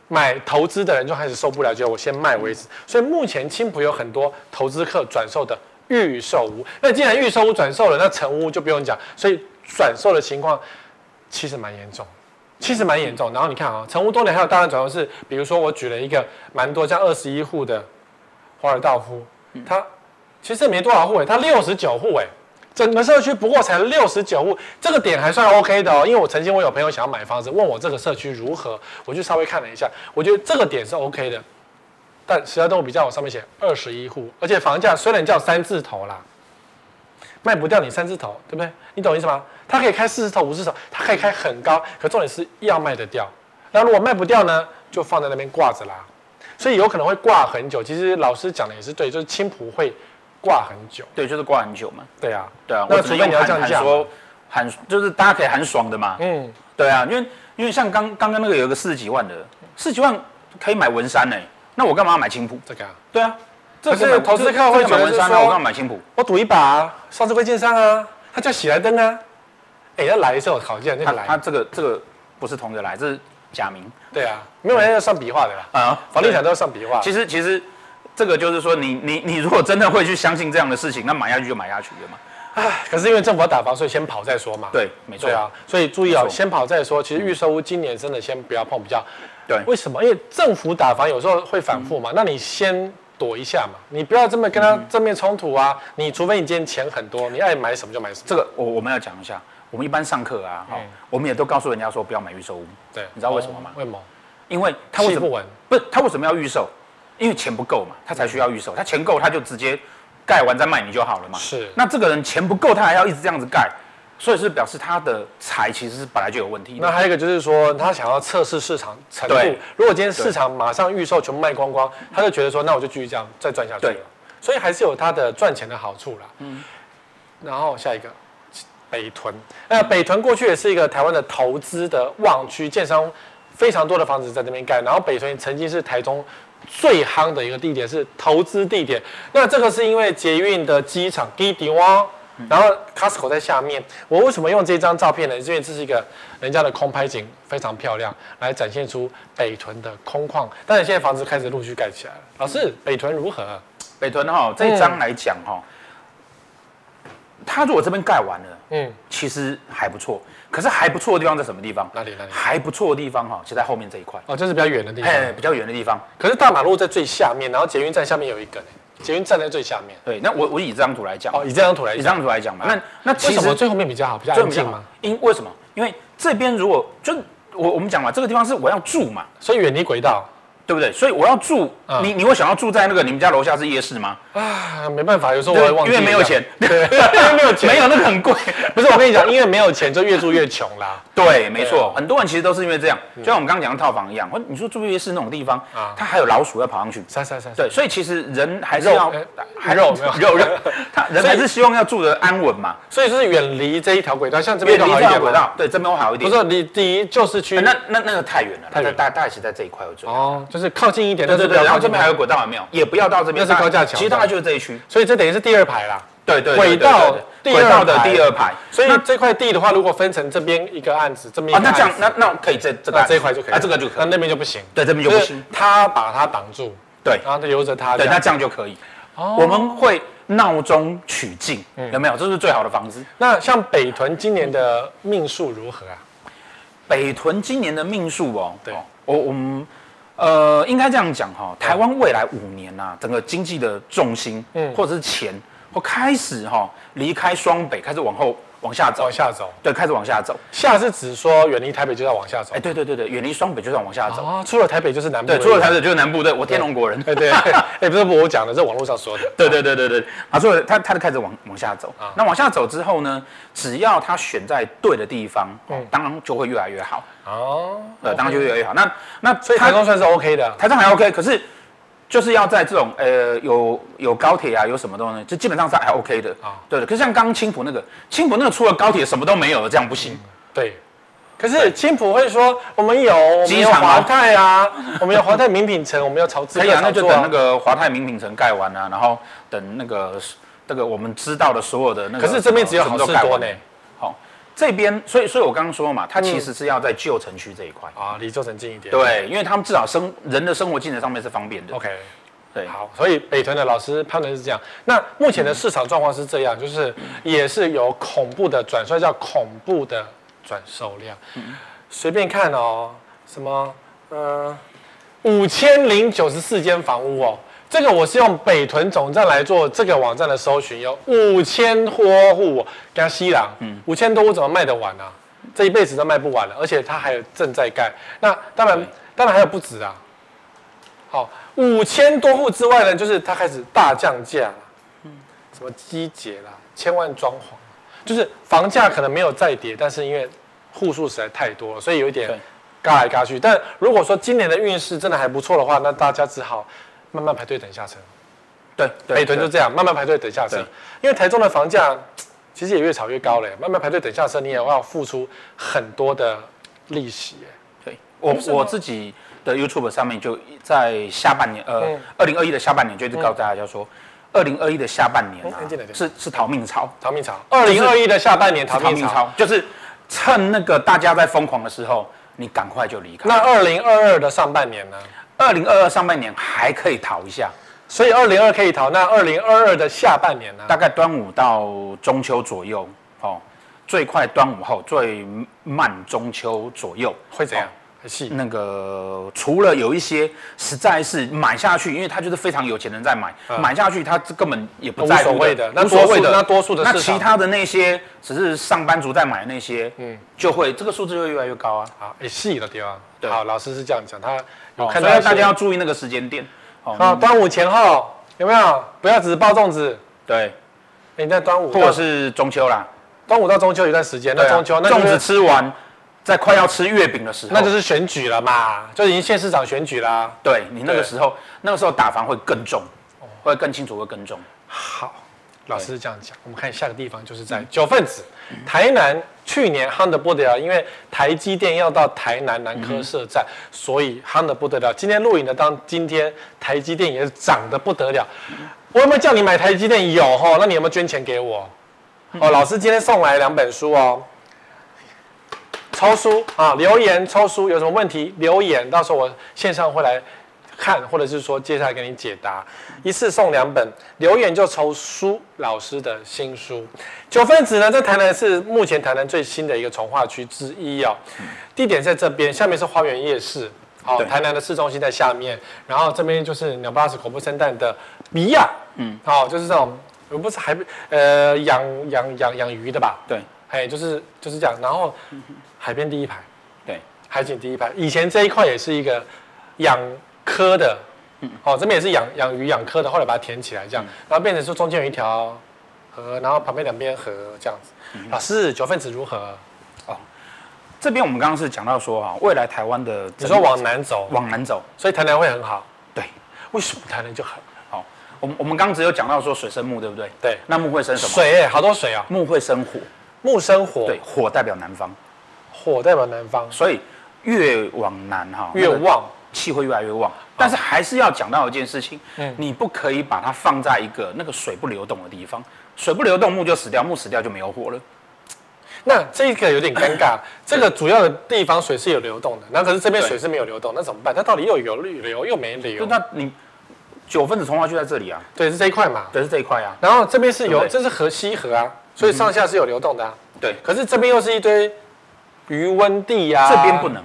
S1: 买投资的人就开始受不了，觉得我先卖为止。所以目前青浦有很多投资客转售的预售屋，那既然预售屋转售了，那成屋就不用讲，所以转售的情况其实蛮严重。其实蛮严重，然后你看啊、成屋多年还有大量转售是，比如说我举了一个蛮多，像二十一户的华尔道夫，他其实没多少户哎，它六十九户哎，整个社区不过才六十九户，这个点还算 OK 的哦。因为我曾经我有朋友想要买房子，问我这个社区如何，我就稍微看了一下，我觉得这个点是 OK 的。但十二动物比较往上面写二十一户，而且房价虽然叫三字头啦，卖不掉你三字头，对不对？你懂我意思吗？它可以开四字头、五字头，它可以开很高，可重点是要卖得掉。那如果卖不掉呢，就放在那边挂着啦。所以有可能会挂很久。其实老师讲的也是对，就是青浦会挂很久。
S2: 对，就是挂很久嘛。
S1: 对啊，
S2: 对啊，
S1: 那
S2: 我只
S1: 除
S2: 能
S1: 非
S2: 用
S1: 你要
S2: 喊
S1: 降
S2: 喊
S1: 价嘛
S2: 说喊，就是大家可以喊爽的嘛。
S1: 嗯，
S2: 对啊，因为因为像刚刚刚那个有一个四十几万的，四十几万可以买文山呢、那我干嘛要买青浦？
S1: 这个、啊、
S2: 对啊，这
S1: 可是
S2: 可以买
S1: 投资客会
S2: 这可以买
S1: 觉得
S2: 文山
S1: 是
S2: 啊，
S1: 说
S2: 我干嘛买青浦？
S1: 我赌一把、啊，上次会见上啊，他叫喜来登啊，哎、他来的时候考见那
S2: 他
S1: 啊个来，
S2: 他啊这个这个不是同一个来，这是假名
S1: 对啊，没有人要上笔画的啦，
S2: 啊，
S1: 房地产都要上笔画。
S2: 其实其实这个就是说你，你你如果真的会去相信这样的事情，那买下去就买下去了嘛。
S1: 啊可是因为政府要打房，所以先跑再说嘛。
S2: 对，没错
S1: 对，啊，所以注意啊、
S2: 没错
S1: 先跑再说。其实预售屋今年真的先不要碰比较，
S2: 对
S1: 为什么？因为政府打房有时候会反
S2: 嗯
S1: 复嘛，那你先躲一下嘛，你不要这么跟他正面冲突啊。你除非你今天钱很多，你爱买什么就买什么。
S2: 这个我我们要讲一下。我们一般上课啊，哈、
S1: 嗯
S2: 我们也都告诉人家说不要买预售屋，
S1: 对，
S2: 你知道为什么吗
S1: 哦为什么？
S2: 因为他为
S1: 气
S2: 什
S1: 不
S2: 么
S1: 稳，
S2: 不是他为什么要预售？因为钱不够嘛，他才需要预售。他钱够，他就直接盖完再卖你就好了嘛。
S1: 是
S2: 那这个人钱不够，他还要一直这样子盖，所以是表示他的财其实是本来就有问题的。
S1: 那还有一个就是说，他想要测试市场程度
S2: 对。
S1: 如果今天市场马上预售全部卖光光，他就觉得说，那我就继续这样再赚下去了
S2: 对。
S1: 所以还是有它的赚钱的好处啦。嗯。然后下一个，北屯。那北屯过去也是一个台湾的投资的旺区，建商非常多的房子在这边盖。然后北屯曾经是台中最夯的一个地点，是投资地点。那这个是因为捷运的机场低迪湾，然后 Costco 在下面。我为什么用这张照片呢？是因为这是一个人家的空拍景，非常漂亮，来展现出北屯的空旷。但是现在房子开始陆续盖起来了。老师，北屯如何？
S2: 北屯哈、这一张来讲哈、他如果这边盖完了。
S1: 嗯，
S2: 其实还不错。可是还不错的地方在什么地方？
S1: 哪里哪里
S2: 还不错的地方哈，就在后面这一块，
S1: 哦，这是比较远的地方。
S2: 哎，比较远的地方。
S1: 可是大马路在最下面，然后捷运站下面有一个呢，捷运站在最下面。
S2: 对，那我我以这张图来讲，
S1: 哦，以这张图来
S2: 以这
S1: 讲，
S2: 张图来讲嘛，那那
S1: 为
S2: 其
S1: 什么
S2: 实
S1: 最后面比较好，比较
S2: 这
S1: 安静吗？？
S2: 因为什么？因为这边如果就我我们讲嘛，这个地方是我要住嘛，
S1: 所以远离轨道
S2: 对不对？所以我要住，
S1: 嗯
S2: 你你会想要住在那个你们家楼下是夜市吗？
S1: 啊，没办法，有时候我会忘记，
S2: 因为没 有钱，
S1: 对，因为没有钱，
S2: 没有那个 很贵。
S1: 不是我跟你讲，因为没有钱就越住越穷啦。
S2: 对，没
S1: 对
S2: 错
S1: 啊，嗯
S2: 很多人其实都是因为这样，就像我们刚刚讲的套房一样，你说住夜市那种地方
S1: 啊，
S2: 它还有老鼠要跑上去，
S1: 三三三，
S2: 对，所以其实人还是要
S1: 肉呃
S2: 还
S1: 肉没有
S2: 肉肉，他人还是希望要住的安稳嘛，
S1: 所以就是远离这一条轨道，哎像这
S2: 越
S1: 边
S2: 离
S1: 就好
S2: 这
S1: 一
S2: 条
S1: 点
S2: 轨
S1: 嘛。
S2: 道，对，这边会好一
S1: 不
S2: 点。
S1: 是离离旧市区
S2: 呃那那那个太远了，
S1: 太
S2: 太
S1: 远
S2: 远，大大概是在这一块会最好。
S1: 哦，就是靠近一点，
S2: 对
S1: 但
S2: 对
S1: 是
S2: 对，
S1: 不要
S2: 然后
S1: 靠
S2: 这
S1: 近
S2: 边还有轨道，有没有？也不要到这边，
S1: 那是高架
S2: 大概
S1: 桥
S2: 其实大概就是这一区，
S1: 所以这等于是第二排啦。
S2: 对对，对
S1: 轨道
S2: 对对对
S1: 第二
S2: 轨道的
S1: 排
S2: 第二排，
S1: 所以
S2: 那
S1: 这块地的话，如果分成这边一个案子，这边
S2: 啊
S1: 一，个
S2: 那这样
S1: 案子
S2: 那那可以这这个
S1: 那这一块就可以了，
S2: 啊，这个就可
S1: 那
S2: 以，
S1: 那边就不行。
S2: 对，这边就
S1: 就
S2: 不
S1: 是
S2: 行，
S1: 他把它挡住，
S2: 对
S1: 然后就由着哦他这
S2: 对，那
S1: 样。哦
S2: 这样就可以。我们会闹中取静，
S1: 嗯
S2: 有没有？这是最好的房子。
S1: 那像北屯今年的命数如何啊？
S2: 北屯今年的命数哦，
S1: 对
S2: 哦我我们呃应该这样讲哈、台湾未来五年呐、整个经济的重心，
S1: 嗯
S2: 或者是钱，会开始哈、离开双北，开始往后往下走
S1: 往，下走，
S2: 对，开始往下走。
S1: 下是指说远离台北就要往下走
S2: 哎，。对对对对，远离双北就是要往下走。
S1: 啊，除了台北就是南部。
S2: 对，除了台。北就是南部，对我天龙国人。
S1: 哎对，哎不是不是我讲的，这网络上说的。
S2: 对对对对对，啊，所以他他就开始往往下走、
S1: 啊
S2: 那往下走之后呢，只要他选在对的地方，
S1: 嗯
S2: 哦当然就会越来越好，
S1: 哦，
S2: 呃，当然就越来越好。那那所
S1: 所以台中算是 OK 的。
S2: 台上还 OK，可是就是要在这种呃有有高铁啊，有什么东西，就基本上是还 OK 的
S1: 啊
S2: 对的。可是像刚刚青浦那个，青浦那个除了高铁什么都没有，这样不行。
S1: 对。可是青浦会说，我们有，我们
S2: 机
S1: 有
S2: 场
S1: 华
S2: 啊
S1: 泰啊，我们有华泰名品城，我们有潮资
S2: 可
S1: 料
S2: 以啊，那
S1: 场
S2: 就
S1: 做
S2: 等那
S1: 啊。
S2: 个华泰名品城盖完啊，然后等那个这个我们知道的所有的那
S1: 可
S2: 个什么，
S1: 是这边只有好
S2: 什么
S1: 事
S2: 都盖
S1: 多
S2: 完
S1: 呢。
S2: 好、这边所以所以我刚刚说嘛，它其实是要在旧城区这一块。
S1: 啊，离旧城近一点。
S2: 对，因为他们至少生人的生活技能上面是方便的。
S1: ，OK。
S2: 对，
S1: 好，所以北屯的老师判断是这样。那目前的市场状况是这样，就是也是有恐怖的转售，叫恐怖的转售量。
S2: 嗯
S1: 随便看哦，什么呃，五千零九十四间房屋哦。这个我是用北屯总站来做这个网站的搜寻，有五千多户，哦跟西朗，
S2: 嗯
S1: 五千多户怎么卖得完啊？这一辈子都卖不完了，而且它还有正在盖。那当然，当然还有不止啊，好，五千多户之外呢，就是它开始大降价了，
S2: 嗯
S1: 什么基节啦，千万装潢，啊就是房价可能没有再跌，但是因为户数实在太多了，所以有一点
S2: 对
S1: 嘎来嘎去。但如果说今年的运势真的还不错的话，那大家只好慢慢排队等下车。
S2: 对，对
S1: 北哎屯就
S2: 对
S1: 这样慢慢排队等下车
S2: 对，
S1: 因为台中的房价其实也越炒越高了，慢慢排队等下车，你也要付出很多的利息。
S2: 对我
S1: 不是吗
S2: 我自己的 YouTube 上面就在下半年，呃，
S1: 嗯
S2: 二零二一的下半年就一直告诉大家说，二零二一的下半年啊
S1: 嗯安静了点
S2: 是是逃命潮，
S1: 逃命潮，二零二一的下半年逃
S2: 是逃
S1: 命
S2: 命
S1: 潮。
S2: 潮，就是趁那个大家在疯狂的时候，你赶快就离开。
S1: 那二零二二的上半年呢？
S2: 二零二二上半年还可以逃一下，
S1: 所以二零二可以逃，那二零二二的下半年呢？
S2: 大概端午到中秋左右，哦，最快端午后，最慢中秋左右
S1: 会怎
S2: 哦
S1: 样？很细。
S2: 那个除了有一些实在是买下去，因为他就是非常有钱人在买，买下去他根本也不在乎
S1: 嗯无所谓的那
S2: 无所
S1: 多
S2: 谓的
S1: 数那多数的市
S2: 那
S1: 场
S2: 其他的那些只是上班族在买的那些，嗯，就会这个数字就会越来越高啊。
S1: 好，哎，细的地方。
S2: 对
S1: 好，老师是这样讲，他有
S2: 哦
S1: 看
S2: 所
S1: 到
S2: 以
S1: 一些
S2: 大家要注意那个时间点。
S1: 啊，
S2: 哦，
S1: 端午前后有没有？不要只是包粽子。
S2: 对，
S1: 哎，那端午
S2: 或者是中秋啦，
S1: 端午到中秋有一段时间，那
S2: 对啊
S1: 中秋那就
S2: 粽子
S1: 是
S2: 吃完，在快要吃月饼的时候，
S1: 那就是选举了嘛，就已经县市长选举啦。
S2: 对你那
S1: 对
S2: 个
S1: 哦
S2: 时候，那个时候打房会更重，会更清楚，会更重。
S1: 好，老师是这样讲。我们看下个地方，就是在九份子，台南。去年夯得不得了，因为台积电要到台南南科设站，所以夯得不得了。今天录影的当今天，台积电也涨得不得了。我有没有叫你买台积电？有吼，那你有没有捐钱给我？哦，老师今天送来两本书哦，抽书啊，留言抽书有什么问题留言，到时候我线上会来看，或者是说接下来给你解答，一次送两本，留言就抽书老师的新书。九份子呢，在台南是目前台南最新的一个从化区之一哦，地点在这边，下面是花园夜市。好，
S2: 对
S1: 台南的市中心在下面，然后这边就是鸟巴士口部生蛋的比亚，嗯，好、就是这种，我不是还不呃养养养养鱼的吧，
S2: 对
S1: 哎，就是就是这样，然后海边第一排，
S2: 对，
S1: 海景第一排。以前这一块也是一个养科的，
S2: 嗯
S1: 哦，这边也是养养鱼养科的，后来把它填起来这样，然后变成说中间有一条河，然后旁边两边河这样子。
S2: 嗯
S1: 老师，九份子如何？
S2: 这边我们刚刚是讲到说啊，未来台湾的
S1: 你说往南走，
S2: 往南走，
S1: 所以台南会很好。
S2: 对，
S1: 为什么台南就很
S2: 好，我们我们刚刚只有讲到说水生木，对不对？
S1: 对
S2: 那木会生什么？
S1: 水、欸？好多水啊、
S2: 木会生火，
S1: 木生火，
S2: 对，，火代表南方，
S1: 火代表南方，
S2: 所以越往南哈，
S1: 越
S2: 那个
S1: 旺。
S2: 气会越来越旺。但是还是要讲到一件事情，
S1: 嗯
S2: 你不可以把它放在一个那个水不流动的地方，水不流动木就死掉，木死掉就没有火了。
S1: 那这个有点尴尬，这个主要的地方水是有流动的，那可是这边水是没有流动，那怎么办？它到底又有流又没
S2: 就
S1: 流？
S2: 那你九分子从化区在这里啊，
S1: 对，是这一块嘛。
S2: 对，是这一块啊，
S1: 然后这边是有，
S2: 对不对嗯
S1: 这是河西河啊，所以上下是有流动的啊。
S2: 对，
S1: 可是这边又是一堆余温地啊，
S2: 这边不，能，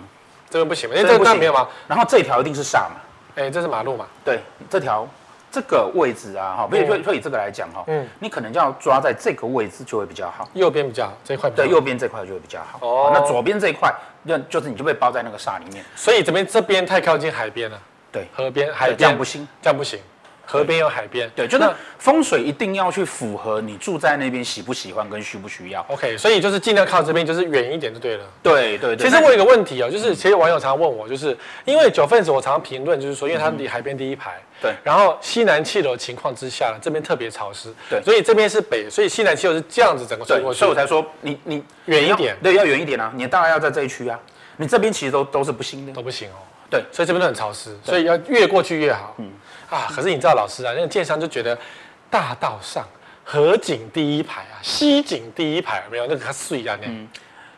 S1: 这边不行嘛，因
S2: 这
S1: 为这
S2: 边不
S1: 那
S2: 行
S1: 没有嘛，
S2: 然后这条一定是煞嘛，
S1: 哎，这是马路嘛，
S2: 对，这条这个位置啊，哈，比如说就以这个来讲哈，嗯
S1: 嗯，
S2: 你可能就要抓在这个位置就会比较好，
S1: 右边比较好这一块比较
S2: 对，
S1: 好
S2: 右，边这块就会比较好。
S1: 嗯哦
S2: 哦，那左边这一块，那就是你就被包在那个煞里面，
S1: 所以这边这边太靠近海边了，
S2: 对
S1: 河边海
S2: 这样
S1: 边
S2: 不行，
S1: 这样不行，河边有海边，
S2: 对，就是
S1: 那
S2: 风水一定要去符合你住在那边喜不喜欢跟需不需要。
S1: OK，所以就是尽量靠这边，就是远一点就对了。
S2: 对对对，
S1: 其实我有一个问题哦，就是其实网友常常问我，就是因为九份子，我常常评论就是说，因为它离海边第一排，
S2: 嗯对
S1: 然后西南气流情况之下呢，这边特别潮湿，
S2: 对
S1: 所以这边是北，所以西南气流是这样子整个吹
S2: 对，
S1: 过去，
S2: 所以我才说你你
S1: 远一点
S2: 要对，要远一点啊，你大概要在这一区啊，你这边其实都都是不行的
S1: 都。不行哦。
S2: 对嗯
S1: 所以这边都很潮湿，所以要越过去越好。啊，可是你知道老师啊，那个建商就觉得大道上河景第一排啊，西景第一排有没有那个它碎啊，那、
S2: 嗯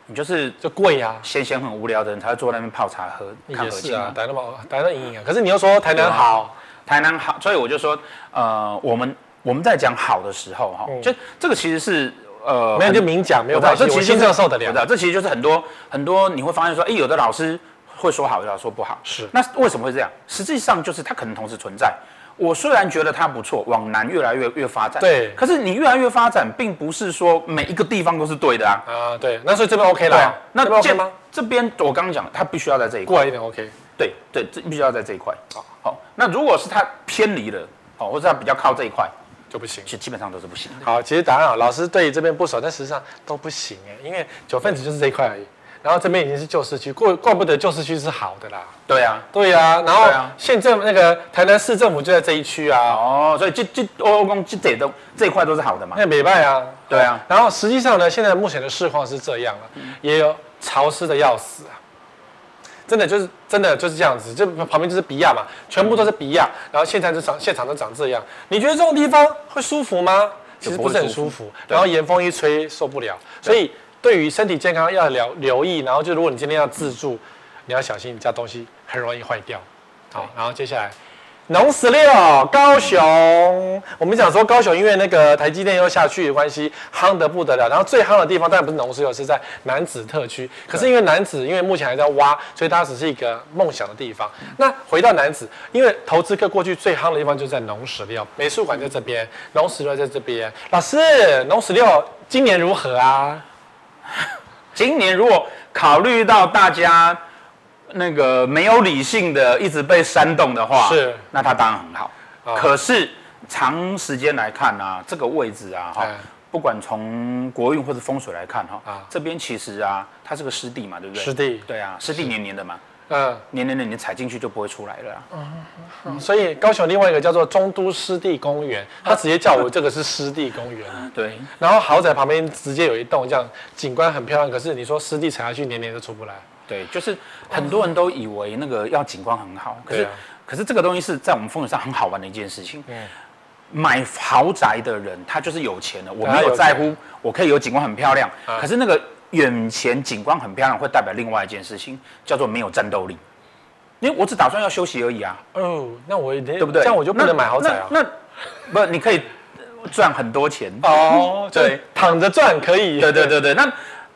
S2: 你就是
S1: 就贵啊。
S2: 闲闲很无聊的人才会坐在那边泡茶喝看
S1: 也
S2: 河
S1: 是
S2: 景
S1: 啊，。台那么台那阴影啊，可是你又说台南好，
S2: 台南好，所以我就说，呃，我们我们在讲好的时候哈，就这个其实是呃，
S1: 没有就
S2: 很
S1: 明讲，没有
S2: 我知道
S1: 关系，
S2: 这其
S1: 我
S2: 实
S1: 心脏受得
S2: 我
S1: 了
S2: 知。道，这其实就是很多很多你会发现说，哎、有的老师会说好，有的老师说不好。
S1: 是
S2: 那为什么会这样？实际上就是它可能同时存在。我虽然觉得它不错，往南越来越越发展，
S1: 对
S2: 可是你越来越发展，并不是说每一个地方都是对的啊。
S1: 啊，对，那所以这边 OK
S2: 对啊
S1: 啦，，
S2: 那
S1: 这边 OK
S2: 建
S1: 吗？
S2: 这边我刚刚讲，它必须要在这一块。
S1: 过来一点 OK，
S2: 对对，这必须要在这一块。好，好，那如果是它偏离了，哦，或者它比较靠这一块，
S1: 就不行。
S2: 其实基本上都是不行的。
S1: 欸好，其实答案啊，老师对这边不熟，但实际上都不行哎，因为九分子就是这一块而已。然后这边已经是旧市区，怪怪不得旧市区是好的啦。
S2: 对啊，
S1: 对呀、然
S2: 对
S1: 后
S2: 啊
S1: 县政那个台南市政府就在这一区啊，
S2: 哦，所以这这我我讲这这都这一块都是好的嘛。
S1: 那北拜啊，
S2: 对啊
S1: 然后实际上呢，现在目前的市况是这样了、
S2: 嗯
S1: 也有潮湿的要死啊，真的就是真的就是这样子，这旁边就是比亚嘛，全部都是比亚，
S2: 嗯
S1: 然后现在就长现场就长这样，你觉得这种地方会舒服吗？其实
S2: 就
S1: 不
S2: 不会
S1: 是很舒
S2: 舒服
S1: 服，
S2: 对
S1: 然后严风一吹受不了，所以对于身体健康要留留意，然后就如果你今天要自助，你要小心你家东西很容易坏掉。好，然后接下来农十六高雄，我们讲说高雄因为那个台积电又下去的关系，夯得不得了。然后最夯的地方当然不是农十六，是在南子特区。可是因为南子因为目前还在挖，所以它只是一个梦想的地方。那回到南子，因为投资客过去最夯的地方就在农十六，美术馆在这边，农十六在这边。老师，农十六今年如何啊？
S2: 今年如果考虑到大家那个没有理性的一直被煽动的话，
S1: 是
S2: 那它当然很好。
S1: 啊
S2: 可是长时间来看啊，这个位置啊，哈、
S1: 嗯
S2: 不管从国运或者风水来看哈、
S1: 啊
S2: 这边其实啊，它是个湿地嘛，对不对？
S1: 湿地
S2: 对啊，湿地黏黏的嘛，
S1: 嗯，
S2: 黏黏的你踩进去就不会出来了、啊。
S1: 所以高雄另外一个叫做中都湿地公园，他直接叫我这个是湿地公园。
S2: 对，
S1: 然后豪宅旁边直接有一栋，这样景观很漂亮。可是你说湿地踩下去，年年都出不来。
S2: 对，就是很多人都以为那个要景观很好，可是、
S1: 对啊嗯
S2: 可是这个东西是在我们风水上很好玩的一件事情。买豪宅的人他就是有钱的，我
S1: 他
S2: 没有
S1: 有
S2: 在
S1: 钱
S2: 乎，我可以有景观很漂亮，
S1: 啊
S2: 可是那个眼前景观很漂亮会代表另外一件事情，叫做没有战斗力。因为我只打算要休息而已啊，
S1: 哦，那我对
S2: 对不对？
S1: 这样我就不
S2: 那
S1: 能买豪宅啊。
S2: 那那不，你可以呃赚很多钱。
S1: 哦，
S2: 对
S1: 对，躺着赚可以。
S2: 对对对对，那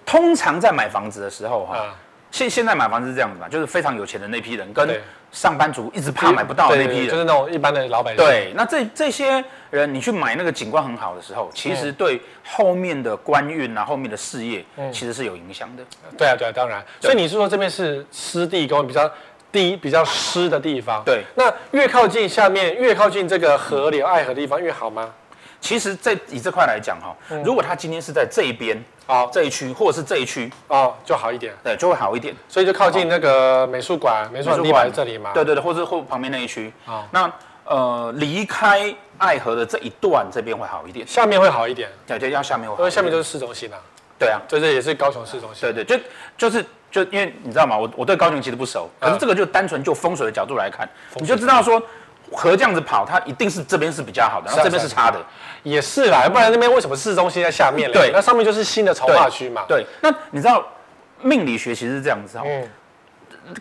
S2: 通常在买房子的时候哈、
S1: 啊，
S2: 现现在买房子是这样子嘛，就是非常有钱的那批人，跟
S1: 对
S2: 上班族一直怕买不到的那批
S1: 对对对就是
S2: 人。
S1: 那种一般的老百姓。
S2: 对，那这这些人，你去买那个景观很好的时候，其
S1: 嗯
S2: 实对后面的官运啊，后面的事业，其实是有影响的。
S1: 对啊，对啊，当然。所以你是说这边是湿地公园比较低、比较湿的地方？
S2: 对
S1: 那越靠近下面，越靠近这个河流、爱河地方越好吗？
S2: 其实这以这块来讲哈、如果他今天是在这一边，
S1: 嗯好
S2: 这一区或者是这一区，
S1: 哦，就好一点。
S2: 对，就会好一点。
S1: 所以就靠近那个美术馆，美术馆地哦板在这里嘛。
S2: 对对对，或者或旁边那一区。
S1: 好
S2: 那呃，离开爱河的这一段这边会好一点，
S1: 下面会好一点，
S2: 对，就要下面会好
S1: 因为
S2: 一点。
S1: 下面就是市中心啊，
S2: 对啊，
S1: 所以这也是高雄市中心。
S2: 对对，就就是就因为你知道吗？我我对高雄其实不熟，
S1: 嗯
S2: 可是这个就单纯就风水的角度来看，你就知道说河这样子跑，它一定是这边是比较好的，然后
S1: 是啊
S2: 这边是差的。
S1: 也是啦，不然那边为什么市中心在下面嘞？
S2: 对
S1: 那上面就是新的从化区嘛。，
S2: 对，那你知道命理学其实是这样子哈、
S1: 嗯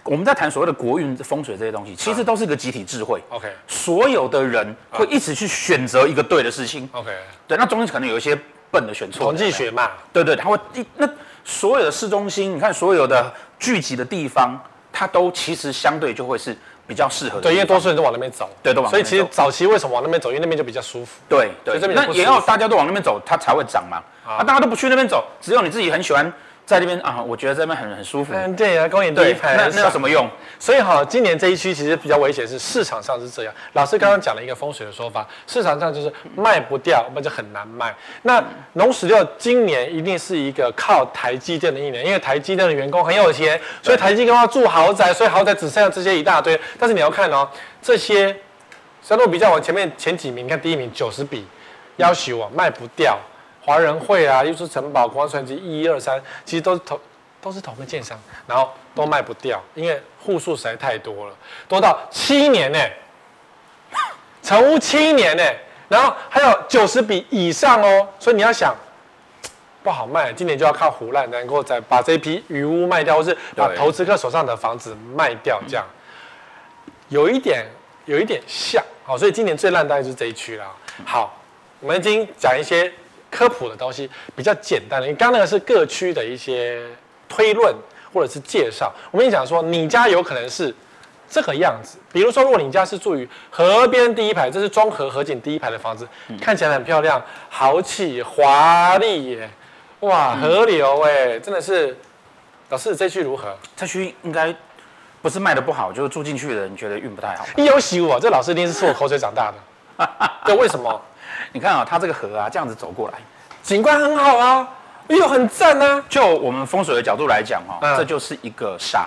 S2: 我们在谈所谓的国运、风水这些东西，
S1: 嗯
S2: 其实都是一个集体智慧。
S1: ，OK
S2: 所有的人会
S1: 嗯
S2: 一直去选择一个对的事情，
S1: OK，
S2: 对，那中间可能有一些笨的选错。
S1: 统计学嘛，
S2: 对对，它会一那所有的市中心，你看所有的聚集的地方，它都其实相对就会是比较适合的地方。
S1: 对，因为多数人都往那边走，
S2: 对都往
S1: 所
S2: 那
S1: 以
S2: 边走
S1: 其实早期为什么往那边走？因为那边就比较舒服。
S2: 对
S1: 所
S2: 对
S1: 以这，边也
S2: 那
S1: 不
S2: 也
S1: 舒服
S2: 要大家都往那边走，它才会涨嘛。啊，大家都不去那边走，只有你自己很喜欢在那边啊，我觉得这边很很舒服。
S1: 嗯，对啊，公园第一
S2: 对，
S1: 排
S2: 那那有什
S1: 么？
S2: 么用？
S1: 所以哈，今年这一区其实比较危险，是市场上是这样。老师刚刚讲了一个风水的说法，市场上就是卖不掉，那就很难卖。那农十六今年一定是一个靠台积电的一年，因为台积电的员工很有钱，所以台积电要住豪宅，所以豪宅只剩下这些一大堆。但是你要看哦，这些相对比较往前面前几名，你看第一名九十笔，要求啊卖不掉，华人会啊，又是城堡、国安传奇一二三，其实都是同都是同个建商，然后都卖不掉，因为户数实在太多了，多到七年呢、成屋七年呢、然后还有九十笔以上哦，所以你要想。不好卖，今年就要靠胡烂能够再把这批余屋卖掉，或是把
S2: 对
S1: 投资客手上的房子卖掉，这样。有一点有一点像，好，所以今年最烂大概就是这一区啦。好，我们已经讲一些科普的东西，比较简单的。因为刚刚那个是各区的一些推论或者是介绍，我们已经讲说你家有可能是。这个样子，比如说，如果你家是住于河边第一排，这是中和河景第一排的房子，看起来很漂亮、豪气、华丽耶！哇，河流哎，真的是，老师这句如何？
S2: 这区应该不是卖的不好，就是住进去的人觉得运不太好。
S1: 一有喜啊我，这老师一定是吃我口水长大的。对，为什么？
S2: 你看啊，它这个河啊，这样子走过来，
S1: 景观很好啊，又很赞啊
S2: 就我们风水的角度来讲，哈、
S1: 嗯
S2: 这就是一个煞，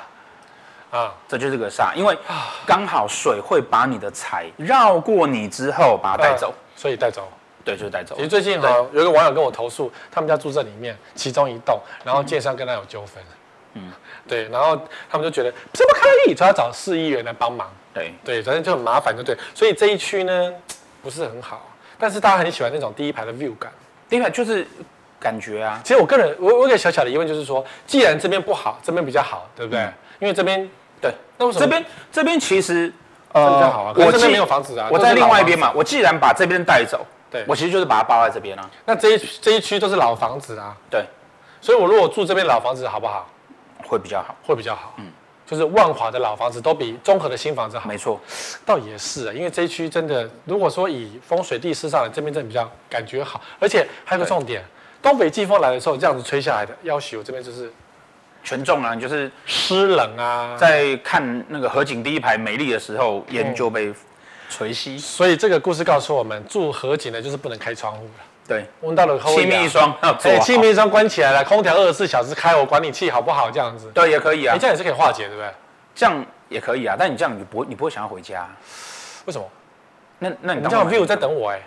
S1: 啊！
S2: 这就是个煞，因为刚好水会把你的财绕过你之后把它带哎走，
S1: 嗯所以带走。
S2: 对，就是带走
S1: 其。实最近哈，有一个网友跟我投诉，他们家住这里面其中一栋，然后建商跟他有纠纷。嗯， 对，然后他们就觉得怎么可以，所以要找市议员来帮忙。
S2: 对，
S1: 对，反正就很麻烦，就对。所以这一区呢，不是很好，但是大家很喜欢那种第一排的 view 感。
S2: 第一个就是感觉啊，
S1: 其实我个人，我我有个小小的疑问就是说，既然这边不好，这边比较好，对不对？
S2: 嗯
S1: 因为这边
S2: 对，
S1: 那为什么
S2: 这边这边其实
S1: 这
S2: 呃
S1: 比较好啊，可是这边没有房子啊，
S2: 我
S1: 都是
S2: 在另外一
S1: 老房子
S2: 边，嘛，我既然把这边带走，
S1: 对
S2: 我其实就是把它包在这边啊，
S1: 那这一这一区都是老房子啊，
S2: 对，
S1: 所以我如果住这边老房子好不好？
S2: 会比较好，
S1: 会比较好，嗯，就是万华的老房子都比中和的新房子好，
S2: 没错，
S1: 倒也是啊，因为这一区真的，如果说以风水地势上来，这边真的比较感觉好，而且还有个
S2: 对
S1: 重点，东北季风来的时候这样子吹下来的，要许我这边就是
S2: 权重啊，就是
S1: 湿冷啊，
S2: 在看那个河景第一排美丽的时候，
S1: 嗯
S2: 烟就被垂吸，
S1: 所以这个故事告诉我们，住河景的就是不能开窗户了。
S2: 对，
S1: 问到了后
S2: 气密窗要 做
S1: 哎，
S2: 好
S1: 气密窗关起来了，空调二十四小时开，我管你气好不好这样子，
S2: 对，也可以啊
S1: 哎，，这样也是可以化解，对不对？
S2: 这样也可以啊，但你这样你不会你不会想要回家啊，
S1: 为什么？
S2: 那那你
S1: 你
S2: 当
S1: 这样
S2: 我
S1: view 在等我哎、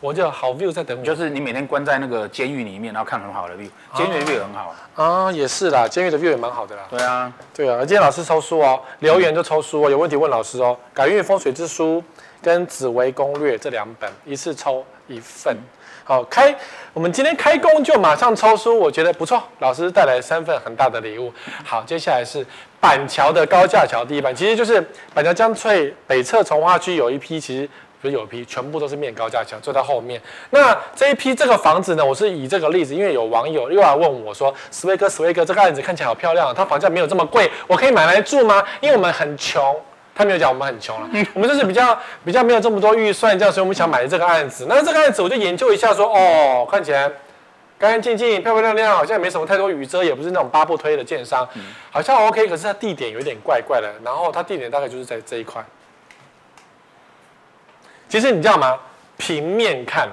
S1: 我就好 view 在等我。
S2: 就是你每天关在那个监狱里面，然后看很
S1: 哦
S2: 好的 view，监狱的 view 也很好啊，
S1: 啊，也是啦，监狱的 view 也蛮好的啦。
S2: 对啊，
S1: 对啊，今天老师抽书哦，留言就抽书哦，有问题问老师哦。《改运风水之书》跟《紫微攻略》这两本一次抽一份。好，开我们今天开工就马上抽书，我觉得不错，老师带来三份很大的礼物。好，接下来是板桥的高架桥第一版，其实就是板桥江翠北侧从化区有一批，其实。不是有一批，全部都是面高架桥，坐在后面。那这一批这个房子呢，我是以这个例子，因为有网友又来问我说：“斯威哥，斯威哥，这个案子看起来好漂亮啊，它房价没有这么贵，我可以买来住吗？”因为我们很穷。他没有讲我们很穷了，我们就是比较比较没有这么多预算，这样，所以我们想买这个案子。那这个案子我就研究一下说哦，看起来干干净净、漂漂亮亮，好像也没什么太多雨遮，也不是那种八步推的建商，好像 OK。可是它地点有点怪怪的，然后它地点大概就是在这一块。其实你知道吗？平面看哦，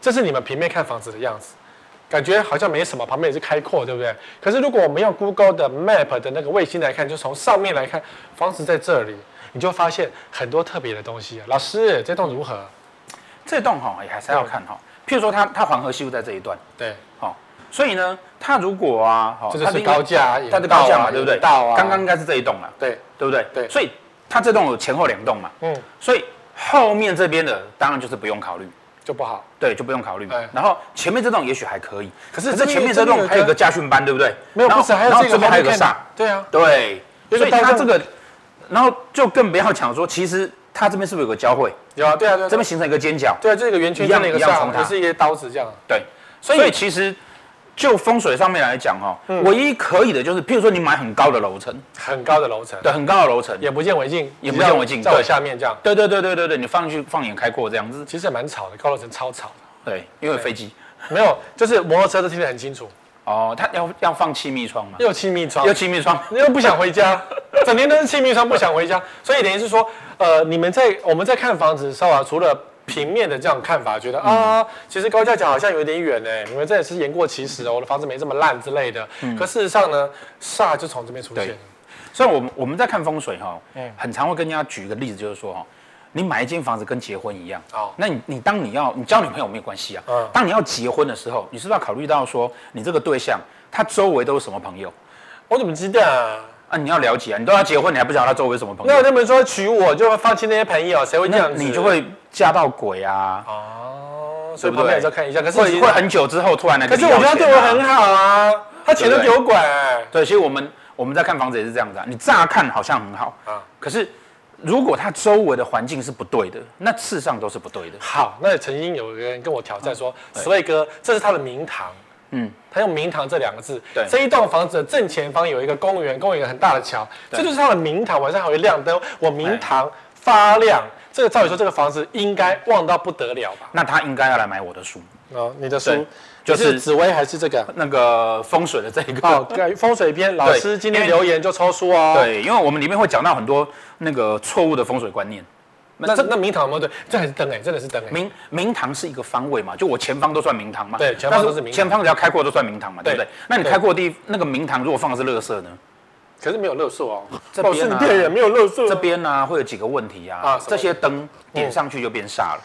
S1: 这是你们平面看房子的样子，感觉好像没什么，旁边也是开阔，对不对？可是如果我们用 Google 的 Map 的那个卫星来看，就从上面来看，房子在这里，你就发现很多特别的东西。啊老师，这栋如何？
S2: 这栋哈也还是要看
S1: 哦
S2: 哈，譬如说它它黄河西路在这一段，
S1: 对，
S2: 好，所以呢，它如果啊，好
S1: 这就是高架引道啊
S2: 它的高架嘛，对不对？
S1: 引道啊
S2: 刚刚应该是这一栋了，
S1: 对，
S2: 对不对？
S1: 对
S2: 所以它这栋有前后两栋嘛，
S1: 嗯，
S2: 所以后面这边的当然就是不用考虑，
S1: 就不好。
S2: 对，就不用考虑嘛
S1: 哎。
S2: 然后前面这栋也许还可以，可
S1: 是
S2: 是
S1: 这
S2: 这
S1: 边
S2: 前面这栋还有个家训班，对不对？
S1: 没有，
S2: 然后
S1: 不是还有
S2: 然后
S1: 这个
S2: 边还有个
S1: 后面
S2: 煞
S1: 看，对啊，
S2: 对，
S1: 有个
S2: 所以它
S1: 刀
S2: 这
S1: 刃
S2: 个，然后就更不要讲说，其实它这边是不是有个交汇？
S1: 有啊，对啊，对啊，
S2: 这边形成一个尖角，
S1: 对啊，这个圆圈
S2: 一样
S1: 那个
S2: 一样
S1: 上
S2: 从它
S1: 也是一些刀子这样。
S2: 对，所以嗯其实就风水上面来讲哈、唯一可以的就是，譬如说你买很高的楼层，
S1: 很高的楼层，
S2: 对，很高的楼层，
S1: 眼不见为净，
S2: 眼不见为净
S1: 在我
S2: 对
S1: 下面这样，
S2: 对对对对对对，你放去放眼开阔这样子，
S1: 其实也蛮吵的，高楼层超吵的，
S2: 对，因为飞机
S1: 没有，就是摩托车都听得很清楚，
S2: 哦，它要要放气密窗嘛，
S1: 又气密窗
S2: 要，气密窗，
S1: 你又不想回家， 整天都是气密窗，不想回家，所以等于是说，呃，你们在我们在看房子的时候啊，除了平面的这样看法，觉得
S2: 嗯
S1: 啊，其实高架桥好像有点远哎，你们这也是言过其实哦，我的房子没这么烂之类的。可事实上呢，煞就从这边出现
S2: 嗯对。所以我们我们在看风水哈、
S1: 嗯
S2: 很常会跟人家举一个例子，就是说哈、你买一间房子跟结婚一样，
S1: 哦
S2: 哦，那你你当你要你交女朋友没有关系啊，
S1: 嗯
S2: 当你要结婚的时候，你是不是要考虑到说你这个对象他周围都是什么朋友
S1: 我怎么知道啊？
S2: 啊？你要了解啊，你都要结婚，你还不晓得他周围什么朋友
S1: 那？那么说娶我就会放弃那些朋友，谁会这
S2: 那
S1: 样子？
S2: 你就会嫁到鬼啊，
S1: 哦，所以
S2: 对不对
S1: 旁边也要看一下。可是
S2: 会
S1: 其实
S2: 会很久之后突然来
S1: 可
S2: 跟你
S1: 是
S2: 要
S1: 我
S2: 钱啊、
S1: 觉得他对我很好啊，他钱都给我管、哎
S2: 对，其实我们我们在看房子也是这样子啊，你乍看好像很好，
S1: 啊
S2: 可是如果它周围的环境是不对的，那事实上都是不对的。
S1: 好，那曾经有一个人跟我挑战说：“石卫哥，这是他的名堂。”嗯
S2: 嗯，
S1: 他用“名堂”这两个字。
S2: 对
S1: 这一栋房子的正前方有一个公园，公园有很大的桥，这就是他的名堂。晚上还会亮灯，我名堂发亮。这个照理说，这个房子应该旺到不得了吧？
S2: 那他应该要来买我的书，
S1: 哦，你的书
S2: 对
S1: 就
S2: 就是
S1: 是紫薇还是这个？
S2: 那个风水的这一个。
S1: 哦，对，风水篇老师今天
S2: 因为
S1: 留言就抽书哦。
S2: 对，因为我们里面会讲到很多那个错误的风水观念，
S1: 那这那明堂有没有对？这还是灯哎、真的是灯哎、
S2: 明明堂是一个方位嘛，就我前方都算明堂嘛。
S1: 对前方都是明堂
S2: 但前方只要开过都算明堂嘛，对不对
S1: 对？
S2: 那你
S1: 对
S2: 开过的地那个明堂，如果放的是垃圾呢？
S1: 可是没有乐色哦。
S2: 这
S1: 老
S2: 边
S1: 师，
S2: 啊
S1: 你骗人，没有乐色、
S2: 这边呢、会有几个问题
S1: 啊
S2: 啊
S1: 什么
S2: 这些灯点上去就变煞了。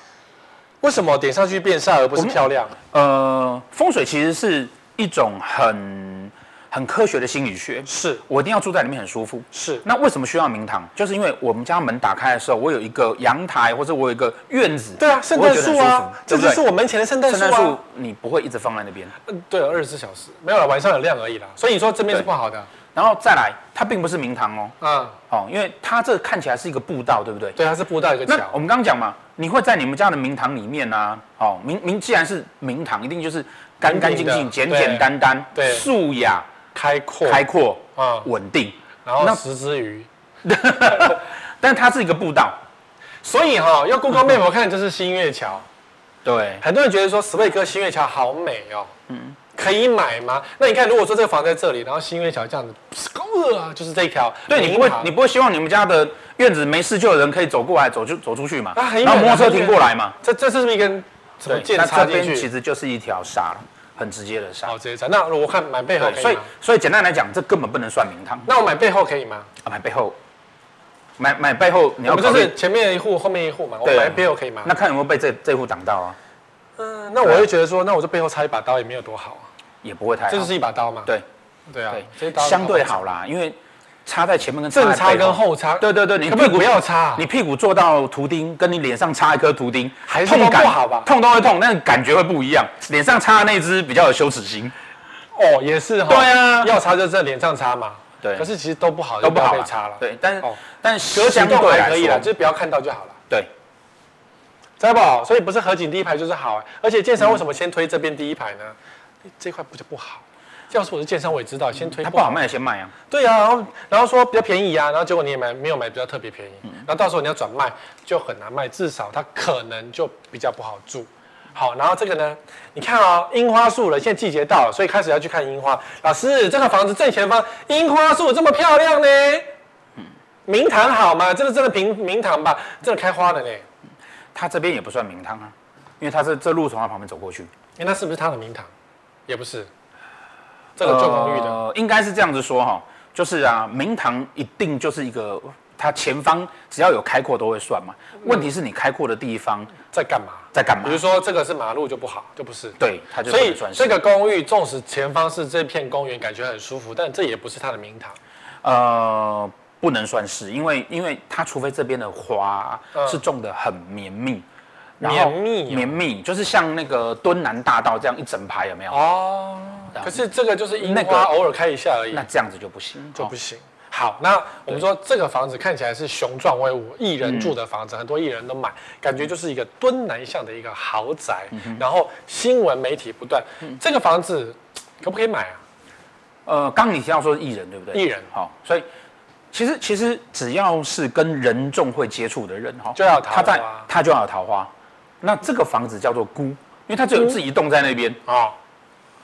S1: 为什么点上去变煞而不是漂亮？
S2: 呃，风水其实是一种很很科学的心理学，
S1: 是
S2: 我一定要住在里面很舒服。
S1: 是
S2: 那为什么需要明堂？就是因为我们家门打开的时候，我有一个阳台，或者我有一个院子，
S1: 对啊，圣诞树啊，
S2: 我
S1: 这
S2: 会觉得很舒服对不
S1: 就
S2: 对
S1: 是我门前的圣诞
S2: 圣
S1: 树
S2: 诞树
S1: 啊。，
S2: 你不会一直放在那边。
S1: 嗯对，二十四小时没有了，晚上有亮而已啦。所以你说这边是不好的
S2: 然后再来，它并不是明堂哦，
S1: 啊？
S2: 哦，因为它这看起来是一个步道，对不对？
S1: 对，它是布到一个
S2: 那
S1: 桥
S2: 我。们刚刚讲嘛，你会在你们家的明堂里面啊，哦，明明既然是明堂，一定就是干干净
S1: 干净
S2: 净、
S1: 的
S2: 简简单单、
S1: 对
S2: 素雅、
S1: 开阔，
S2: 开阔、
S1: 啊，
S2: 稳定。
S1: 然后
S2: 那
S1: 十只鱼。
S2: 但它是一个步道，
S1: 所以哈、要 Google Map 我看就是新月桥，
S2: 对，
S1: 很多人觉得说十位哥新月桥好美哦，嗯，可以买吗？那你看，如果说这个房在这里，然后新月桥这样子，啊，就是这一条
S2: 对
S1: 银行，
S2: 你不会你不会希望你们家的院子没事就有人可以走过来走就走出去嘛，
S1: 啊很远
S2: 然后摩托车
S1: 很远
S2: 停过来嘛，
S1: 这这是不是一根什么
S2: 对，
S1: 箭
S2: 那
S1: 插
S2: 这
S1: 进
S2: 边其
S1: 去？
S2: 实就是一条沙了，很直接的沙。
S1: 好，直接插。那我看买背后可以啊
S2: 对，所以
S1: 吗？
S2: 所以简单来讲，这根本不能算名堂。
S1: 那我买背后可以吗？
S2: 啊，买背后，买买背后你
S1: 我
S2: 要
S1: 们就
S2: 考虑
S1: 是，前面一户，后面一户嘛。我
S2: 对
S1: 买背后可以吗？
S2: 那看有没有被这这户挡到啊，
S1: 嗯，那我会觉得说，那我就背后插一把刀也没有多好啊，
S2: 也不会太好。
S1: 这就是一把刀嘛。
S2: 对
S1: 对啊，这一
S2: 对，
S1: 刀
S2: 相对好啦，因为插在前面跟
S1: 正
S2: 在
S1: 插
S2: 背
S1: 跟，后插，
S2: 对对对，你
S1: 可不可以
S2: 屁股
S1: 不要插啊？
S2: 你屁股坐到图钉，跟你脸上插一颗图钉，
S1: 还是
S2: 哎痛感
S1: 都不好吧
S2: 痛都会痛，但感觉会不一样。脸上插的那只比较有羞耻心，
S1: 哦，也是哈。
S2: 对啊
S1: 要插就在脸上插嘛。
S2: 对
S1: 可是其实都不好，
S2: 都不
S1: 就
S2: 好
S1: 要
S2: 啦
S1: 被插了。，
S2: 对，但是
S1: 哦
S2: 但
S1: 隔
S2: 相
S1: 墙洞
S2: 对
S1: 还
S2: 来
S1: 可以啦，
S2: 说
S1: 就是不要看到就好了，
S2: 对，
S1: 知道不好？所以不是合景第一排就是好、啊，而且建商为什么先推这边第一排呢？这块不就不好？要是我是建商，我也知道先推
S2: 它
S1: 不
S2: 不好
S1: 好。
S2: 卖先卖啊。
S1: 对啊，然后然后说比较便宜啊，然后结果你也买没有买比较特别便宜，然后到时候你要转卖就很难卖，至少它可能就比较不好住。好，然后这个呢，你看哦，樱花树了，现在季节到了，所以开始要去看樱花。老师，这个房子正前方樱花树这么漂亮呢？明堂好吗？这个真的平明堂吧，真的开花了呢。
S2: 它这边也不算名堂啊，因为它是这路从它旁边走过去，
S1: 哎，那是不是他的明堂？也不是，这个旧公寓的，
S2: 呃，应该是这样子说哈，就是啊，明堂一定就是一个它前方只要有开阔都会算嘛。问题是你开阔的地方
S1: 在干嘛？
S2: 在干嘛
S1: 比如？说这个嗯是马路就不好，就不是。
S2: 对，它就
S1: 所
S2: 不
S1: 以
S2: 能算是
S1: 这个公寓，纵使前方是这片公园，感觉很舒服，但这也不是它的名堂。
S2: 呃，不能算是，因为因为它除非这边的花
S1: 嗯
S2: 是种的很绵密，
S1: 绵密哦
S2: 绵密就是像那个敦南大道这样一整排有没有？
S1: 哦，
S2: 然后
S1: 可是这个就是樱
S2: 那个
S1: 花，偶尔开一下而已
S2: 那，这样子就不行，
S1: 就不
S2: 哦
S1: 行。好，那我们说这个房子看起来是雄壮威武，艺人住的房子，很多艺人都买，感觉就是一个敦南向的一个豪宅。
S2: 嗯
S1: 然后新闻媒体不断，这个房子可不可以买啊？
S2: 呃，刚你提到说是艺人对不对？
S1: 艺人
S2: 好、所以其实其实只要是跟人众会接触的人哈，
S1: 就要有桃花
S2: 他在他就要有桃花。那这个房子叫做孤，因为它只有自己一栋在那边，
S1: 哦，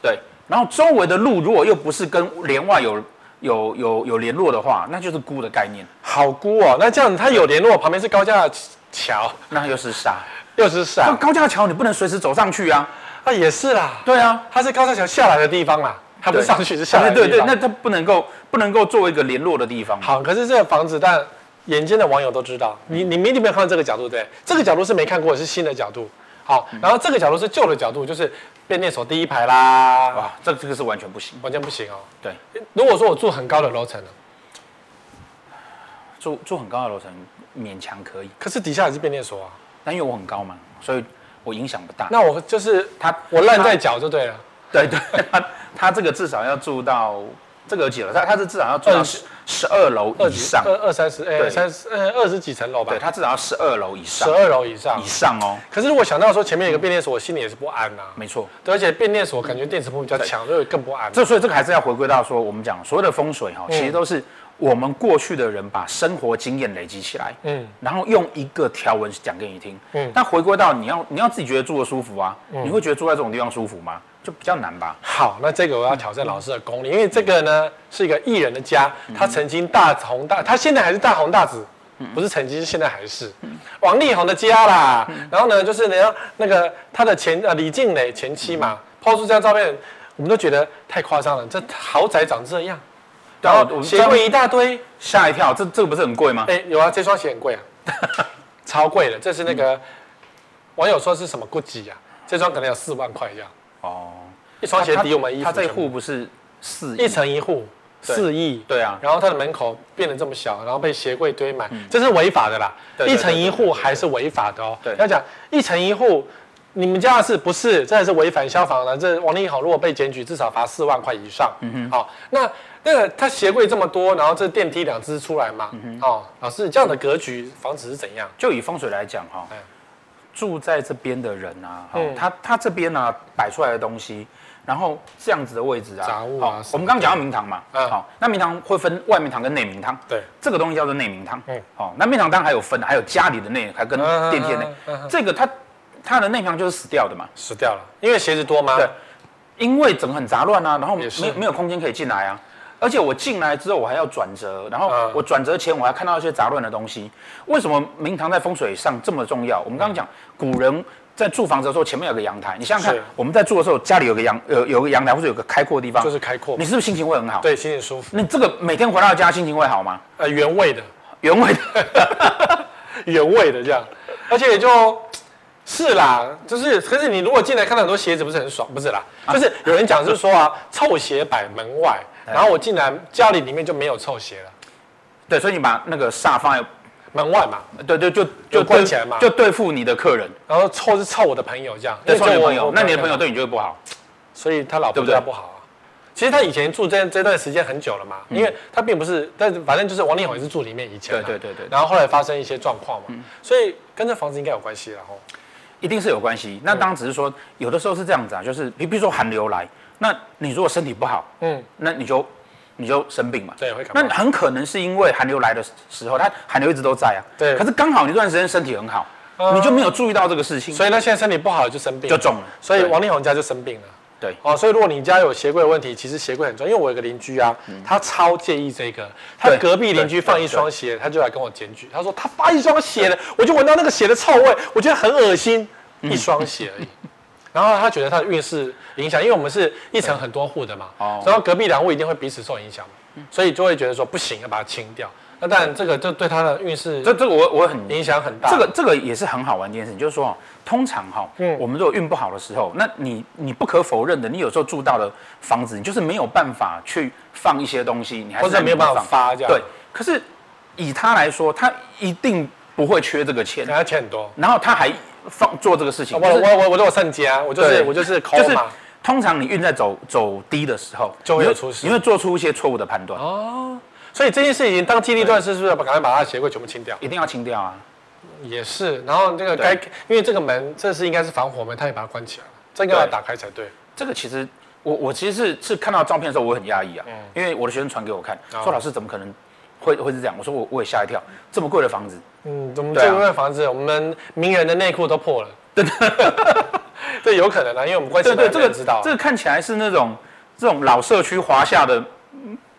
S2: 对。然后周围的路如果又不是跟连外有有有有联络的话，那就是孤的概念，
S1: 好估哦。那这样它有联络，旁边是高架桥，
S2: 那又是啥？
S1: 又是
S2: 那
S1: 山，
S2: 高架桥你不能随时走上去啊，
S1: 啊也是啦。
S2: 对啊，
S1: 它是高架桥下来的地方啦，它不是
S2: 对
S1: 上去是下来的地
S2: 对
S1: 方。
S2: 对，那它不能够不能够作为一个联络的地方。
S1: 好，可是这个房子，但眼尖的网友都知道，你你们一定没有看到这个角度，对不对？这个角度是没看过，是新的角度。好，
S2: 嗯
S1: 然后这个角度是旧的角度，就是变电所第一排啦，
S2: 哇，这这个是完全不行。
S1: 完全不行哦。
S2: 对，
S1: 如果说我住很高的楼层呢，
S2: 住住很高的楼层勉强可以。
S1: 可是底下也是变电所啊，
S2: 但因为我很高嘛，所以我影响不大。
S1: 那我就是
S2: 他
S1: 我烂在脚就对了，
S2: 对对，他他这个至少要住到这个有几楼？他他是至少要住
S1: 二
S2: 到
S1: 十
S2: 十十二楼
S1: 二
S2: 以上
S1: 二，二三十，哎，
S2: 对
S1: 三十，呃，二十几层楼吧
S2: 对，他至少要十二楼以
S1: 十
S2: 上
S1: 二楼以上
S2: 以。上哦，
S1: 可是如果想到说前面有个变电所，我心里也是不安呐、
S2: 没错。
S1: 对，而且变电所感觉电磁波比较强，所以更不安。
S2: 这所以这个还是要回归到说，我们讲所谓的风水哈、其
S1: 嗯
S2: 实都是我们过去的人把生活经验累积起来，
S1: 嗯
S2: 嗯，然后用一个条文讲给你听，
S1: 嗯
S2: 嗯，但回归到你要你要自己觉得住的舒服啊，你会觉得住在这种地方舒服吗？就比较难吧。
S1: 好，那这个我要挑战老师的功
S2: 嗯
S1: 力，因为这个呢是一个艺人的家，他曾经大红大，他现在还是大红大紫，不是曾经，是现在还是。
S2: 嗯
S1: 王力宏的家啦，然后呢，就是人家那个他的前呃李静蕾前妻
S2: 嗯
S1: 嘛，抛出这张照片，我们都觉得太夸张了，这豪宅长这样，
S2: 对
S1: 然
S2: 啊
S1: 后
S2: 我
S1: 鞋柜一大堆，
S2: 吓一跳，这这个不是很贵吗？
S1: 哎、有啊，这双鞋很 贵啊，超贵的，这是那
S2: 嗯
S1: 个、网友说是什么 GUCCI 啊，这双可能有四万块这样，
S2: 哦，
S1: 一双鞋抵我们衣服
S2: 他这一
S1: 全部
S2: 户不是四亿
S1: 一层一户
S2: 对
S1: 四亿，
S2: 对啊
S1: 然后它的门口变得这么小，然后被鞋柜堆满，这是违法的啦。
S2: 对对
S1: 一层一户还是违法的哦。
S2: 对
S1: 要讲一层一户，你们家的是不是真的是违反消防了？这王力宏如果被检举，至少罚四万块以上。嗯哼，好、那那个他鞋柜这么多，然后这电梯两只出来嘛，哦，老师这样的格局，房子是怎样？
S2: 就以风水来讲哈、
S1: 哎
S2: 住在这边的人啊，哈
S1: 嗯
S2: 他他这边呢、啊、摆出来的东西，然后这样子的位置啊，
S1: 杂物啊
S2: 好
S1: 什么的
S2: 我们刚刚讲到明堂嘛，好、
S1: 嗯
S2: 那明堂会分外明堂跟内明堂，
S1: 对，
S2: 这个东西叫做内明堂，
S1: 嗯
S2: 好、那明堂当然还有分的，还有家里的内，还跟
S1: 嗯
S2: 电梯的内，
S1: 嗯嗯嗯
S2: 这个它它的内明堂就是死掉的嘛，
S1: 死掉了，因为鞋子多吗？
S2: 对，因为整个很杂乱啊，然后没
S1: 也是
S2: 有没有空间可以进来啊。而且我进来之后，我还要转折，然后
S1: 嗯
S2: 我转折前我还看到一些杂乱的东西。为什么明堂在风水上这么重要？我们刚刚讲，古人在住房子的时候，前面有个阳台，你想想
S1: 嗯是
S2: 看，我们在住的时候，家里有个阳有有个阳台或者有个开阔的地方，
S1: 就是开阔嘛
S2: 你，是不是心情会很好？，
S1: 对，心情舒服，
S2: 你这个每天回到家心情会好吗？
S1: 呃，原味的。
S2: 原味的，
S1: 原味的这样，而且也就是啦，就是可是你如果进来看到很多鞋子，不是很爽，不是啦，
S2: 啊
S1: 就是有人讲是说啊，臭鞋摆门外，
S2: 哎
S1: 然后我进来家里里面就没有臭鞋了，
S2: 对，所以你把那个煞放在，
S1: 门外嘛，
S2: 对对，就
S1: 就
S2: 就
S1: 关
S2: 对
S1: 起来嘛
S2: 就对付你的客人，
S1: 然后臭是臭我的朋友这样，
S2: 对付你的
S1: 因为
S2: 朋
S1: 就我
S2: 友，那你的朋，
S1: 我
S2: 友对你就会不好。
S1: 所以他老
S2: 对
S1: 婆
S2: 不
S1: 对
S2: 对
S1: 他不好啊。其实他以前住这这段时间很久了嘛，因为他并不是，但是反正就是王力宏也是住里面以前嘛，
S2: 嗯对对对对对嗯
S1: 然后后来发生一些状况嘛，所以跟这房子应该有关系了吼。
S2: 一定是有关系。那当然只是说，有的时候是这样子啊，就是比比如说寒流来，那你如果身体不好，
S1: 嗯，
S2: 那你就你就生病嘛。
S1: 对会感冒
S2: 那很可能是因为寒流来的时候，它寒流一直都在啊。
S1: 对嗯
S2: 可是刚好你这段时间身体很好，你就没有注意到这个事情，
S1: 所以他现在身体不好就生病了，
S2: 就中了。
S1: 所以
S2: 对
S1: 王力宏家就生病了。
S2: 对
S1: 哦，所以如果你家有鞋柜的问题，其实鞋柜很重要，因为我有个邻居啊，他超介意这个，他
S2: 嗯对
S1: 隔壁邻居放一双鞋，他就来跟我检举，他说他发一双鞋了，我就闻到那个鞋的臭味，我觉得很恶心，
S2: 嗯
S1: 一双鞋而已。 然后他觉得他的运势影响，因为我们是一层很多户的嘛，
S2: 哦嗯
S1: 然后隔壁两户一定会彼此受影响嘛，所以就会觉得说不行，要把它清掉。那当然，这个就对他的运势
S2: 这这个我我很
S1: 影响很大。
S2: 这个这个也是很好玩的一件事情，就是说哦，通常哈、
S1: 嗯
S2: 我们如果运不好的时候，那你你不可否认的，你有时候住到了房子，你就是没有办法去放一些东西，你还是
S1: 或者没有办法发这样
S2: 对，可是以他来说，他一定不会缺这个钱，
S1: 给他钱很多。
S2: 然后他还放做这个事情，
S1: 哦我
S2: 就是
S1: 我我我都有上街啊，我就是
S2: 对
S1: 我就是抠
S2: 就是
S1: 嘛，
S2: 通常你运在走走低的时候，
S1: 就会
S2: 你
S1: 有出事哦
S2: 你会做出一些错误的判断，
S1: 所以这件事情当机立断是是不是要把赶快把他的鞋柜全部清掉？
S2: 一定要清掉啊。
S1: 也是，然后这个该
S2: 对
S1: 因为这个门这是应该是防火门，他也把它关起来了，这个要
S2: 对
S1: 打开才对。
S2: 这个其实我我其实是是看到照片的时候我很压抑啊，因为我的学生传给我看，
S1: 嗯哦
S2: 说老师怎么可能会会是这样？我说我我也吓一跳，这么贵的房子，
S1: 嗯，我们
S2: 对啊
S1: 这个房子，我们名人的内裤都破了， 对，有可能啊，因为我们关系
S2: 对对，这个
S1: 知道
S2: 这个看起来是那种这种老社区华夏的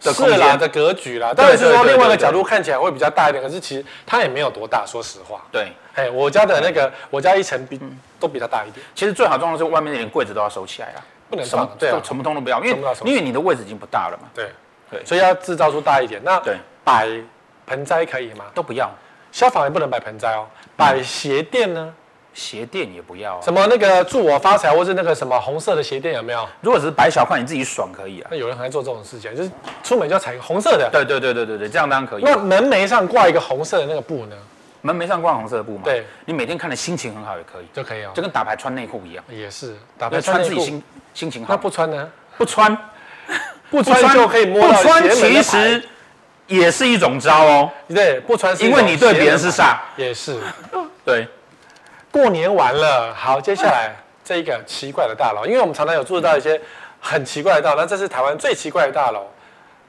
S2: 的空
S1: 是啦
S2: 间，
S1: 的格局啦，当然是
S2: 对对
S1: 说
S2: 对
S1: 另外一个
S2: 对对
S1: 角度看起来会比较大一点，可是其实它也没有多大，说实话。
S2: 对。
S1: 哎，我家的那
S2: 嗯
S1: 个我家一层比都比较大一点，
S2: 其实最好状况是外面那点柜子都要收起来啊，
S1: 不能
S2: 什么
S1: 放对啊
S2: 都什么通都不要，因
S1: 全部都要
S2: 为
S1: 收起来
S2: 因为你的位置已经不大了嘛，
S1: 对
S2: 对
S1: 所以要制造出大一点。那
S2: 对
S1: 摆盆栽可以吗？
S2: 都不要，
S1: 消防也不能摆盆栽哦，摆鞋垫呢？
S2: 鞋垫也不要啊。
S1: 什么那个祝我发财，或是那个什么红色的鞋垫有没有？
S2: 如果只是摆小块，你自己爽可以啊。
S1: 那有人很爱做这种事情，就是出门就要踩一个红色的。
S2: 对对对对对对，这样当然可以。
S1: 那门楣上挂一个红色的那个布呢，
S2: 门楣上挂红色的布嘛，
S1: 对，
S2: 你每天看的心情很好也可以。
S1: 就可以哦
S2: 就。跟打牌穿内裤一样，
S1: 也是，打
S2: 要
S1: 牌
S2: 穿
S1: 穿
S2: 自
S1: 内
S2: 己
S1: 裤，
S2: 心心情
S1: 那
S2: 好。
S1: 不穿呢？
S2: 不穿，
S1: 不
S2: 不
S1: 穿就可以摸到
S2: 不穿
S1: 邪门的
S2: 其
S1: 牌
S2: 实也是一种招哦。
S1: 对，不穿是一
S2: 因
S1: 种
S2: 为你对别人是
S1: 邪门
S2: 煞
S1: 的牌，也是。
S2: 对，
S1: 过年完了，好，接下来这一个奇怪的大楼，因为我们常常有住到一些很奇怪的大楼，那这是台湾最奇怪的大楼。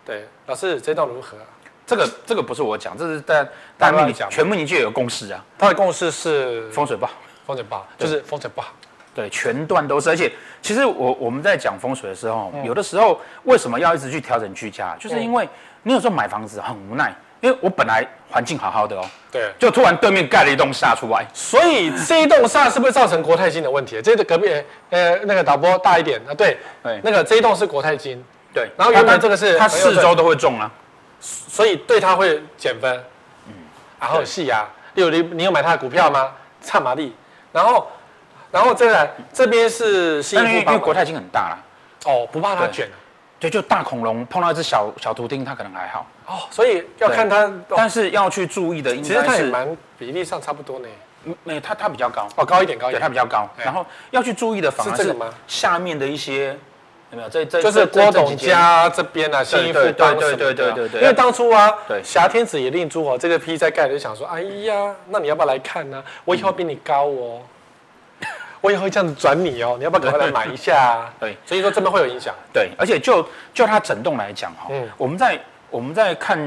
S1: 对，老师这栋如何啊？
S2: 这个这个不是我讲，这是在
S1: 大
S2: 大
S1: 家
S2: 命理
S1: 讲
S2: 全命理界有共识啊，
S1: 它的共识是
S2: 风水不好。
S1: 风水不好，就是风水不好。
S2: 对，全段都是，而且其实我我们在讲风水的时
S1: 嗯
S2: 候，有的时候为什么要一直去调整居家，就是因为你有时候买房子很无奈，因因为我本来环境好好的哦，
S1: 对，
S2: 就突然对面盖了一栋厦出来，
S1: 所以这一栋煞是不是造成国泰金的问题？这个隔壁呃那个导播大一点啊，对，
S2: 对
S1: 那个这一栋是国泰金，
S2: 对，
S1: 然后原本这个是
S2: 它
S1: 朋友
S2: 四
S1: 证
S2: 周都会中啊，
S1: 所以对它会减分。
S2: 嗯
S1: 然后细牙，例如你你有买它的股票吗？差马力，然后然后再来这边是西
S2: 但因为
S1: 富
S2: 因为
S1: 邦
S2: 国
S1: 嘛，
S2: 泰已经很大了，
S1: 哦，不怕它
S2: 对
S1: 卷啊
S2: 对，就大恐龙碰到一只小小图钉，它可能还好，
S1: 哦，所以要
S2: 对
S1: 看它，哦
S2: 但是要去注意的应
S1: 其实
S2: 该
S1: 它也
S2: 是，
S1: 蛮比例上差不多呢，
S2: 没它它比较高，
S1: 哦，高一点高一
S2: 对，它
S1: 点，
S2: 比较高，
S1: 对
S2: 然后要去注意的反而
S1: 是这个
S2: 是
S1: 吗
S2: 下面的一些有没有？这这
S1: 就是
S2: 这
S1: 郭董
S2: 这几间
S1: 家这边啊，新衣服
S2: 对
S1: 帮什么
S2: 对
S1: 的
S2: 对对对对对
S1: 因为当初啊，
S2: 对
S1: 挟天子以令诸侯这个批在盖，就想说，哎呀，那你要不要来看呢、我以后比你高 哦，我以后会这样子转你哦，你要不要赶快来买一下、啊？
S2: 对
S1: 所以说这边会有影响。
S2: 对，而且就就它整栋来讲哈、
S1: 嗯
S2: 我们在我们在看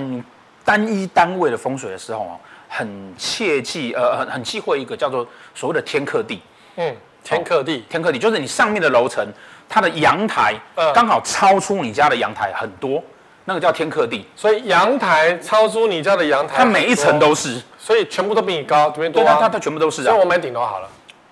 S2: 单一单位的风水的时候哦，很切忌呃很很忌讳一个叫做所谓的天克地。
S1: 嗯，天克地，
S2: 天克地就是你上面的楼层，它的阳台
S1: 嗯
S2: 刚好超出你家的阳台很多，那个叫天克地。
S1: 所以阳台超出你家的阳台，
S2: 它每一层，都是，
S1: 所以全部都比你高，这边多
S2: 对，它它
S1: 啊。
S2: 它全部都是
S1: 所
S2: 啊
S1: 以我，买顶楼好了。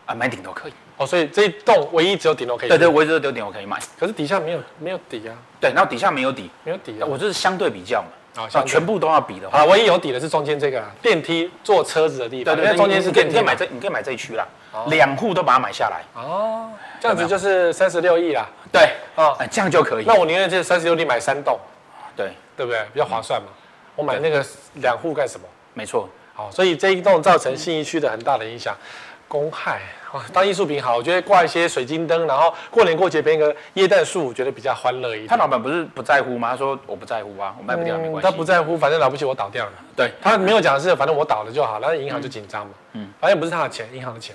S2: 啊买顶都可以。
S1: 哦，所以这一栋唯一只有顶楼可以。
S2: 对对，。我这个点我可以买。
S1: 可是底下没有没有底啊，
S2: 对，然后底下没有底，
S1: 没有底啊。
S2: 我就是相对比较嘛，
S1: 啊
S2: 啊，全部都要比的话，
S1: 好了，唯一有底的是中间这个啊电梯坐车子的地方，因为中间是
S2: 你可以
S1: 电梯
S2: 你哦可以
S1: 嘛
S2: 买。这，你可以买这一区啦，两户都把它买下来。
S1: 哦，这样子就是三十六亿啦。
S2: 对，
S1: 啊，
S2: 哎，这样就可以
S1: 那。我宁愿这三十六亿买三栋，
S2: 对，
S1: 对不对？比较划算嘛。我买那个两户干什么？
S2: 没错，
S1: 好，所以这一栋造成信义区的很大的影响。公害哇，当艺术品好，我觉得挂一些水晶灯，然后过年过节编个椰蛋树，我觉得比较欢乐一点。
S2: 他老板不是不在乎吗？他说我不在乎啊，我卖不掉没关系。
S1: 嗯他不在乎，反正了不起我倒掉了。
S2: 对，
S1: 他没有讲的是，反正我倒了就好，那银行就紧张嘛。嗯，反正不是他的钱，银行的钱。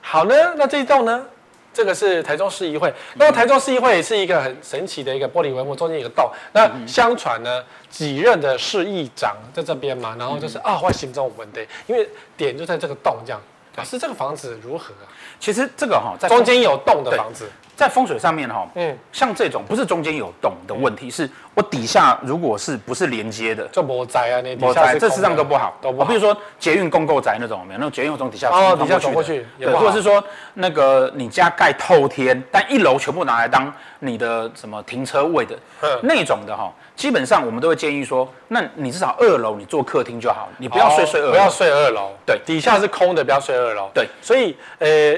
S1: 好呢，那这一栋呢？这个是台中市议会，那台中市议会是一个很神奇的一个玻璃帷幕，中间有个洞。那相传呢，几任的市议长在这边嘛，然后
S2: 嗯
S1: 就是啊，外形中文的，因为点就在这个洞这样。老师，这个房子如何啊？
S2: 其实这个哈，在
S1: 中间有洞的房子，
S2: 在风水上面哈，
S1: 嗯，
S2: 像这种不是中间有洞的问题，是我底下如果是不是连接的，
S1: 就魔宅啊，那底
S2: 我
S1: 下
S2: 哦在
S1: 是
S2: 这事实上都不好，哦
S1: 都不好
S2: 比如说捷运公购宅那种，有没有那种捷运从底下
S1: 哦
S2: 冲
S1: 底下
S2: 过
S1: 冲过去
S2: 去
S1: 也
S2: 的，对，
S1: 不好
S2: 或者是说那个你家盖透天，但一楼全部拿来当你的什么停车位的
S1: 嗯
S2: 那种的哈，基本上我们都会建议说，那你至少二楼你做客厅就好，你不要睡睡
S1: 哦
S2: 二楼，
S1: 不要睡二楼。
S2: 对
S1: 底下是空的，不要睡二楼。
S2: 对，
S1: 所以呃，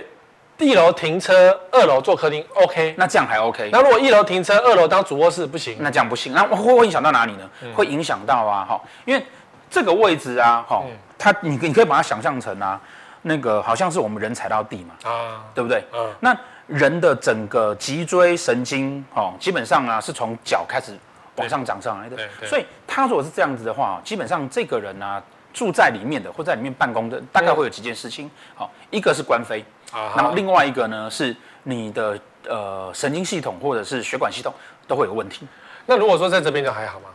S1: 一楼停车，二楼做客厅，OK。
S2: 那这样还 OK。
S1: 那如果一楼停车，二楼当主卧室不行。
S2: 那这样不行，那会会影响到哪里呢？
S1: 嗯
S2: 会影响到啊，哈，因为这个位置啊，哈，
S1: 嗯
S2: 它你你可以把它想象成啊，那个好像是我们人踩到地嘛，
S1: 啊，
S2: 对不对？
S1: 嗯
S2: 那人的整个脊椎神经哦，基本上啊是从脚开始往上长上来的
S1: 对对，
S2: 所以他如果是这样子的话，基本上这个人啊住在里面的或在里面办公的，大概会有几件事情。好、一个是官非，
S1: 啊哈
S2: 那么另外一个呢是你的呃神经系统或者是血管系统都会有问题。
S1: 那如果说在这边就还好嘛，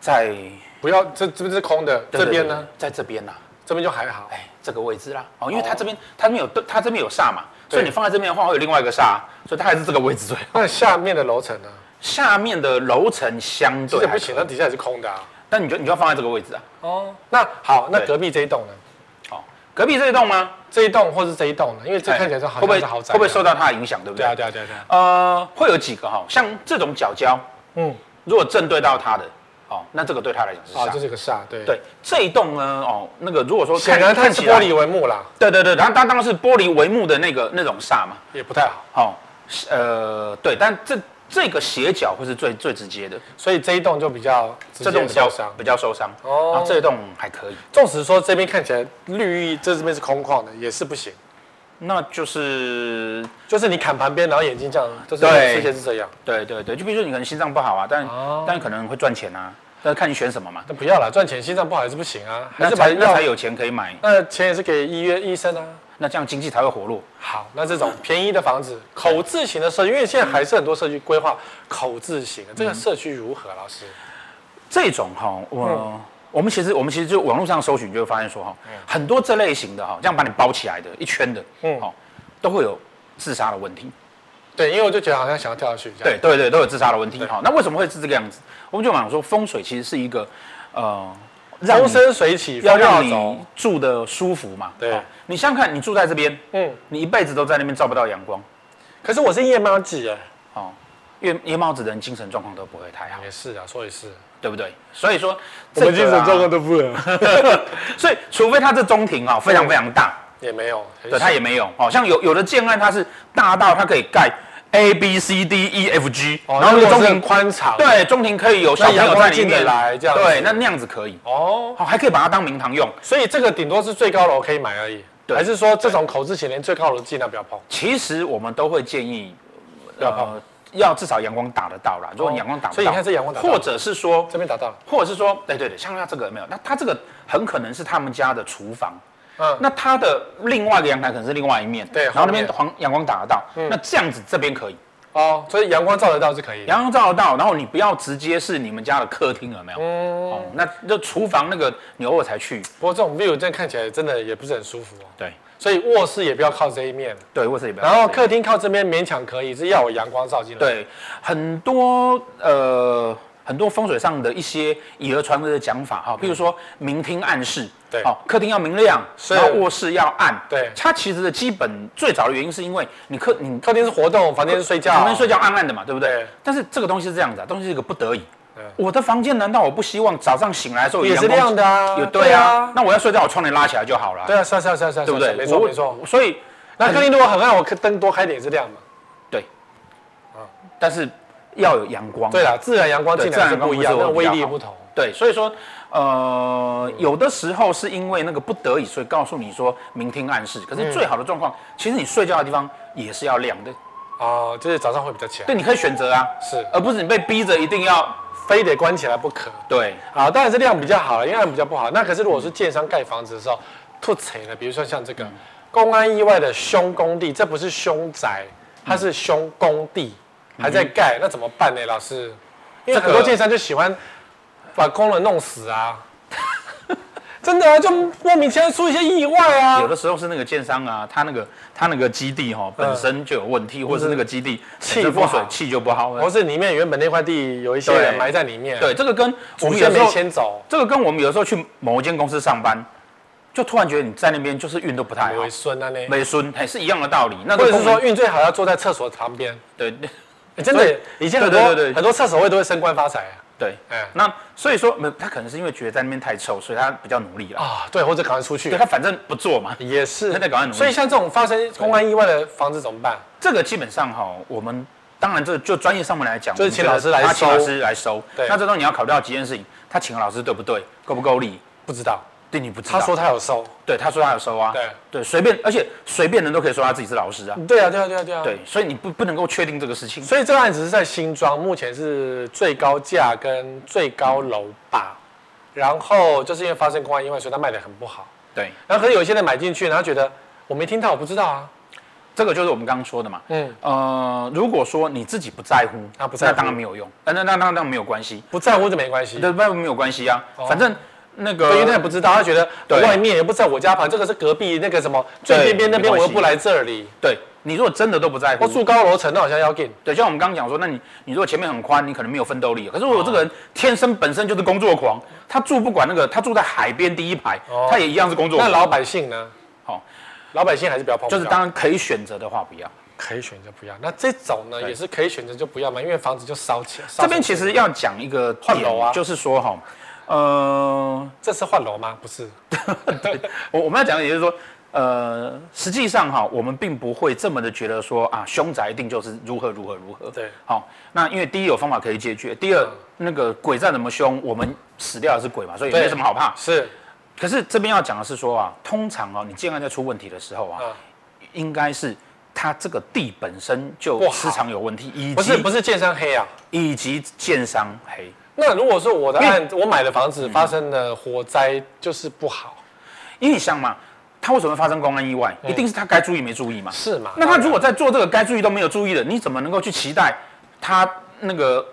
S2: 在
S1: 不要这这边是空的，这边呢，，
S2: 对对对在这边呐、啊，
S1: 这边就还好。
S2: 哎，这个位置啦，哦，因为
S1: 哦
S2: 它这边它这边有它这边有煞嘛，所
S1: 对
S2: 以你放在这边的话会有另外一个煞，所以它还是这个位置最好。
S1: 那下面的楼层呢？
S2: 下面的楼层相
S1: 这
S2: 对
S1: 个不
S2: 还
S1: 行，
S2: 可
S1: 那
S2: 以
S1: 底下也是空的啊。
S2: 但你就你就要放在这个位置啊。
S1: 哦，那好，那
S2: 对
S1: 隔壁这一栋呢？
S2: 好，隔壁这一栋吗？
S1: 这一栋或是这一栋呢？因为这
S2: 哎
S1: 看起来是好
S2: 会不
S1: 像是
S2: 会
S1: 豪宅啊，
S2: 会不会受到它的影响，对不
S1: 对
S2: 对？
S1: 啊，对啊，对啊，对啊。
S2: 呃，会有几个哈，像这种角胶，
S1: 嗯，
S2: 如果正对到它的，哦，那这个对它来讲是
S1: 啊，这
S2: 煞。
S1: 是一个煞，对。
S2: 对，这一栋呢，哦，那个如果说
S1: 显然它
S2: 看
S1: 是
S2: 起
S1: 玻
S2: 来
S1: 璃帷幕啦，
S2: 对对对，然后它当然是玻璃帷幕的那个那种煞嘛，
S1: 也不太好。
S2: 哦，是呃，对，但这这个斜角会是最最直接的，
S1: 所以这一栋就比较直接
S2: 这栋比较
S1: 受伤。
S2: 比较受伤，
S1: 哦
S2: 然后这一栋还可以，
S1: 纵使说这边看起来绿意，这这边是空旷的，也是不行。
S2: 那就是
S1: 就是你砍旁边，然后眼睛这样，就是
S2: 对
S1: 世界是这样。
S2: 对对对，就比如说你可能心脏不好啊，但、
S1: 哦
S2: 但可能会赚钱啊，但看你选什么嘛，
S1: 那不要了，赚钱心脏不好也是不行啊，还
S2: 那
S1: 是把
S2: 才那才
S1: 药。
S2: 有钱可以买，
S1: 那钱也是给医院医生啊。
S2: 那这样经济才会活络。
S1: 好，那这种便宜的房子，口字型的社区，因为现在还是很多社区规划口字型的，这
S2: 嗯
S1: 个社区如何？啊老师，
S2: 这种哈、我、
S1: 嗯
S2: 我们其实我们其实就网络上搜寻就会发现说哈、很多这类型的哈、这样把你包起来的一圈的，
S1: 嗯
S2: 嗯，哦，都会有自杀的问题。
S1: 对，因为我就觉得好像想要跳下去这
S2: 对
S1: 样。
S2: 对对，都有自杀的问题。好，那为什么会是这个样子？我们就讲说，风水其实是一个呃让
S1: 风
S2: 你
S1: 生水起，
S2: 要
S1: 风
S2: 让
S1: 走
S2: 你。住的舒服嘛。
S1: 对
S2: 哦你想想看，你住在这边，
S1: 嗯，
S2: 你一辈子都在那边照不到阳光，
S1: 可是我是夜猫子哎，
S2: 哦，因为夜猫子的人精神状况都不会太好，
S1: 也是啊，说也是，啊
S2: 对不对？所以说，
S1: 我们精神状况
S2: 都，
S1: 都不能，
S2: 所以除非他这中庭
S1: 嗯
S2: 啊非常非常大，
S1: 也没有，很
S2: 对，
S1: 少
S2: 他也没有，哦，像有有的建案它是大到它可以盖 A B C D E F G，
S1: 哦，
S2: 然后那个中
S1: 中很
S2: 庭，
S1: 宽敞，，
S2: 对，中庭可以有小朋
S1: 阳
S2: 友
S1: 光
S2: 在里
S1: 进得
S2: 面
S1: 来这样子
S2: 对，那那样子可以，
S1: 哦，
S2: 哦，还可以把它当明堂用。
S1: 所以这个顶多是最高楼可以买而已，
S2: 对
S1: 还是说这种口字前连最高楼尽量不要碰，
S2: 其实我们都会建议，呃
S1: 不要碰，
S2: 要至少阳光打得到啦。如果你阳光打不到，
S1: 所以你看这阳光打到
S2: 或者是说，
S1: 这边打到了，
S2: 或者是说，对对对，像他这个有没有，那他这个很可能是他们家的厨房。
S1: 嗯
S2: 那他的另外一个阳台可能是另外一面，
S1: 对嗯
S2: 然后那边
S1: 后面
S2: 黄阳光打得到，那这样子这边可以，
S1: 哦，所以阳光照得到是可以的，
S2: 阳光照得到，然后你不要直接是你们家的客厅有没有？
S1: 嗯
S2: 哦，那就厨房那个你偶尔才去，
S1: 不过这种 view 真的看起来真的也不是很舒服哦，
S2: 对
S1: 所以卧室也不要靠这一面，
S2: 对，或者也不要
S1: 然后
S2: 这样
S1: 客厅靠这边勉强可以，是要有阳光照进来，，
S2: 对，很多呃很多风水上的一些以讹传讹的讲法哈，譬如说明厅暗室，
S1: 对
S2: 哦，客厅要明亮，
S1: 是
S2: 然后卧室要暗，
S1: 对
S2: 它其实的基本最早的原因是因为你客你
S1: 客厅是活动，房间是睡觉，啊
S2: 你们睡觉暗暗的嘛，对不对？
S1: 对
S2: 但是这个东西是这样子啊，东西是一个不得已
S1: 对。
S2: 我的房间难道我不希望早上醒来的时候有
S1: 也是
S2: 阳
S1: 亮
S2: 光
S1: 的啊
S2: 有
S1: 对
S2: 对
S1: 啊
S2: 啊，那我要睡觉，我窗帘拉起来就好了啊，
S1: 对啊，是啊是啊是啊是啊，
S2: 对不对？
S1: 没错
S2: 我
S1: 没错，。
S2: 所以
S1: 那客厅如果很暗，我灯多开点也是亮嘛。
S2: 对，但是要有阳光。
S1: 嗯
S2: 啊
S1: 对啦，啊自然阳光
S2: 对
S1: 进来是不一样，啊
S2: 自然
S1: 那
S2: 阳光不
S1: 威
S2: 是我比
S1: 力
S2: 较好
S1: 不同。
S2: 对，所以说，呃，有的时候是因为那个不得已，所以告诉你说明听暗示。可
S1: 嗯
S2: 是最好的状况，其实你睡觉的地方也是要亮的，
S1: 哦，就是早上会比较起来，
S2: 对，你可以选择啊，
S1: 是
S2: 而不是你被逼着一定要
S1: 非得关起来不可。
S2: 对。
S1: 啊，当然是量比较好了，因为量比较不好。那可是如果是建商盖房子的时候，突踩了，比如说像这个
S2: 嗯
S1: 公安意外的凶工地，这不是凶宅，它
S2: 嗯
S1: 是凶工地，还在盖，那怎么办呢？老师，因为
S2: 这个
S1: 很多建商就喜欢把工人弄死啊， 真的啊，就莫名其妙出一些意外啊
S2: 有。的时候是那个建商啊，他那个他那个基地哈、本身就有问题，或者是那个基地
S1: 嗯气
S2: 本身
S1: 不好哦
S2: 风水气就不好了
S1: 或。是里面原本那块地有一些人
S2: 对
S1: 埋在里面，
S2: 对，，这个跟我
S1: 祖
S2: 们
S1: 先
S2: 有时
S1: 没
S2: 候
S1: 迁走，
S2: 这个跟我们有时候去某一间公司上班，就突然觉得你在那边就是运都不太好
S1: 为，孙啊呢，
S2: 美孙还是一样的道理。那
S1: 或
S2: 个
S1: 者是
S2: 工人
S1: 说运最好要坐在厕所旁边，
S2: 对
S1: 欸真
S2: 所
S1: 的
S2: 以，
S1: 以前很多
S2: 对对对对嗯
S1: 很多厕所位都会升官发财啊
S2: 对，
S1: 哎
S2: 那所以说，没有他可能是因为觉得在那边太臭，所以他比较努力了。
S1: 啊，对，或者赶快出去
S2: 对，他反正不做嘛。
S1: 也是
S2: 他在赶快努力
S1: 所以像这种发生公安意外的房子怎么办？
S2: 这个基本上哈，我们当然这就专业上面来讲，
S1: 就是
S2: 我们
S1: 请
S2: 觉得
S1: 老师来
S2: 他请老
S1: 收
S2: 师来收。
S1: 对
S2: 那这时候你要考虑到几件事情，他请的老师对不对，够不够力？
S1: 不知道，
S2: 对，你不知道。
S1: 他说他有收，
S2: 对，他说他有收啊。
S1: 对
S2: 对，随便，而且随便人都可以说他自己是老师啊。
S1: 对啊，对啊，对啊，对啊，
S2: 对，所以你不不能够确定这个事情。
S1: 所以这个案子是在新庄，目前是最高价跟最高楼吧。然后就是因为发生公安意外，所以他卖的很不好。
S2: 对，
S1: 然后可是有一些人买进去，然后觉得我没听到，我不知道啊。
S2: 这个就是我们刚刚说的嘛。
S1: 嗯，
S2: 呃，如果说你自己不在乎，
S1: 啊不在乎
S2: 那当然没有用，呃那那那当然没有关系。
S1: 不在乎就没关系。
S2: 对，外面没有关系啊，反正那个
S1: 哦对，因为他也不知道，他觉得
S2: 呃对
S1: 外面也不在我家旁，这个是隔壁那个什么最
S2: 对
S1: 边边那边，
S2: 没
S1: 我
S2: 关系嗯
S1: 又不来这里。
S2: 对你如果真的都不在
S1: 我
S2: 乎，
S1: 住高楼层，那好像要进。
S2: 对，像我们刚刚讲说，那你你如果前面很宽，你可能没有奋斗力。可是我这
S1: 哦
S2: 个人天生本身就是工作狂，他住不管那个，他住在海边第一排，
S1: 哦
S2: 他也一样是工作
S1: 那
S2: 狂。
S1: 老百姓呢？
S2: 好，
S1: 老百姓还是不要碰，
S2: 就是当然可以选择的话不要。
S1: 可以选择不要。那这种呢，
S2: 对
S1: 也是可以选择就不要嘛，因为房子就烧起来。烧
S2: 这边
S1: 成
S2: 其实要讲一个
S1: 换楼啊
S2: 点，就是说哈，呃，
S1: 这是换楼吗？不是，
S2: 我我们要讲的也就是说。呃，实际上哈，我们并不会这么的觉得说啊，凶宅一定就是如何如何如何。
S1: 对嗯
S2: 好，那因为第一有方法可以解决，第二那个鬼再怎么凶，我们死掉的是鬼嘛，所以也
S1: 对
S2: 没什么好怕。
S1: 是
S2: 可是这边要讲的是说啊，通常哦，你建案在出问题的时候啊，
S1: 啊，
S2: 应该是它这个地本身就
S1: 不好
S2: 磁场有问题，以及
S1: 不是不是建商黑啊。
S2: 以及建商黑，
S1: 那如果说我的
S2: 因为嗯
S1: 案，我买的房子发生了火灾，就是不好，
S2: 因为你想嘛，他为什么会发生公安意外？
S1: 嗯
S2: 一定是他该注意没注意嘛。
S1: 是嘛？
S2: 那他如果在做这个该注意都没有注意的，你怎么能够去期待他那个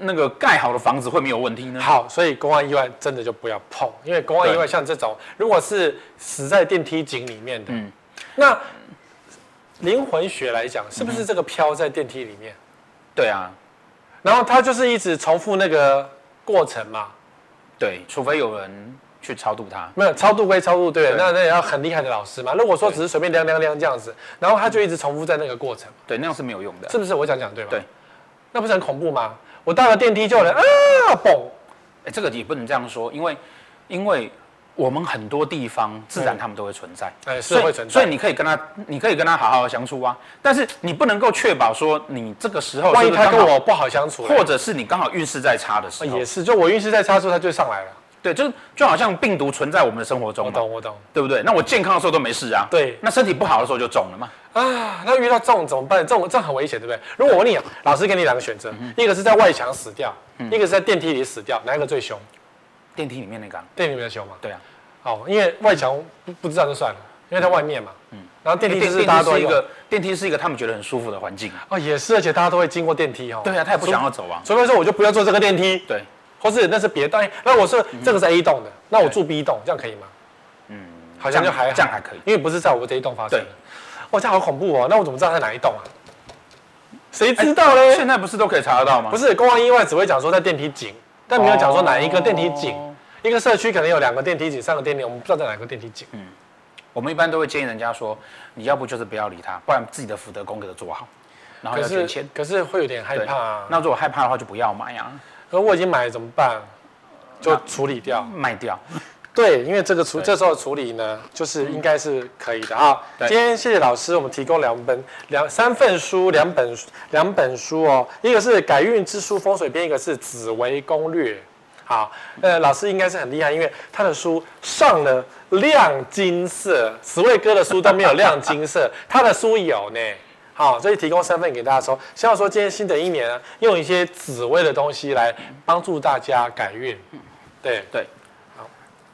S2: 那个盖好的房子会没有问题呢？
S1: 好，所以公安意外真的就不要碰，因为公安意外
S2: 对
S1: 像这种，如果是死在电梯井里面的，
S2: 嗯
S1: 那灵魂学来讲，是不
S2: 嗯
S1: 是这个飘在电梯里面，
S2: 对啊，
S1: 然后他就是一直重复那个过程嘛？
S2: 对，除非有人去超度他。
S1: 没有超度归超度，对，
S2: 对
S1: 那那也要很厉害的老师嘛。如果说只是随便亮亮亮这样子，然后他就一直重复在那个过程，
S2: 对，那样是没有用的。
S1: 是不是？我讲讲对吗？
S2: 对，
S1: 那不是很恐怖吗？我到了电梯就有人啊嘣，
S2: 哎，这个也不能这样说，因为因为我们很多地方自然他们都会存在，
S1: 嗯哎是
S2: 所以
S1: 会存在
S2: 所以你可以跟他，你可以跟他好好相处啊。但是你不能够确保说你这个时候
S1: 万一
S2: 是不是
S1: 他跟
S2: 刚好
S1: 我不好相处，
S2: 或者是你刚好运势在差的时候
S1: 也，是，就我运势在差错，他就上来了。
S2: 对，就就好像病毒存在我们的生活中
S1: 我
S2: 嘛，
S1: 懂，我懂
S2: 对不对？那我健康的时候都没事啊，
S1: 对
S2: 那身体不好的时候就中了嘛，
S1: 啊。那遇到这种怎么办？这种这很危险，对不对？如果我问你，老师给你两个选
S2: 嗯
S1: 择，一个是在外墙死掉，一个是在电梯里死掉，哪一个最凶？
S2: 电梯里面那个啊、
S1: 电梯里面凶嘛？
S2: 对啊，
S1: 哦，因为外墙不不知道就算了，因为在外面嘛。然后电梯
S2: 嗯哎电
S1: 就是大家都
S2: 是
S1: 会
S2: 一
S1: 用。
S2: 个电梯是一个他们觉得很舒服的环境，啊
S1: 哦，也是，而且大家都会经过电梯哦。
S2: 对啊，他也不想要走啊，
S1: 除非说我就不要坐这个电梯，
S2: 对，
S1: 或是那是别的。哎那
S2: 嗯
S1: 我是这个是 A 栋的，那我住 B 栋，这样可以吗？嗯，好像就还好
S2: 这样还可以
S1: 因为不是在我这一栋发生的
S2: 对。
S1: 哇，这样好恐怖哦！那我怎么知道在哪一栋啊？谁
S2: 哎
S1: 知道嘞？
S2: 现在不是都可以查得到吗？
S1: 不是公安意外只会讲说在电梯井，但没有讲说哪一个电梯井。
S2: 哦
S1: 一个社区可能有两个电梯井、三个电梯，我们不知道在哪个电梯井。
S2: 嗯我们一般都会建议人家说，你要不就是不要理他，不然自己的福德功给他做好，然后
S1: 可
S2: 要捐
S1: 是
S2: 钱。
S1: 可是会有点害
S2: 对
S1: 怕啊。
S2: 那如果害怕的话，就不要买啊，
S1: 可我已经买了怎么办？就处理掉。
S2: 卖掉。
S1: 对，因为这个处
S2: 对嗯
S1: 这时候处理呢，就是应该是可以的啊。
S2: 对
S1: 今天谢谢老师，我们提供两本两三份书，两本两本书哦，一个是《改运之书风水篇》，一个是《紫微攻略》。好，呃，老师应该是很厉害，因为他的书上了亮金色，紫薇哥的书都没有亮金 色，他的书有呢。好，所以提供三份给大家收。希望说今天新的一年啊，用一些紫薇的东西来帮助大家改运。对，
S2: 对，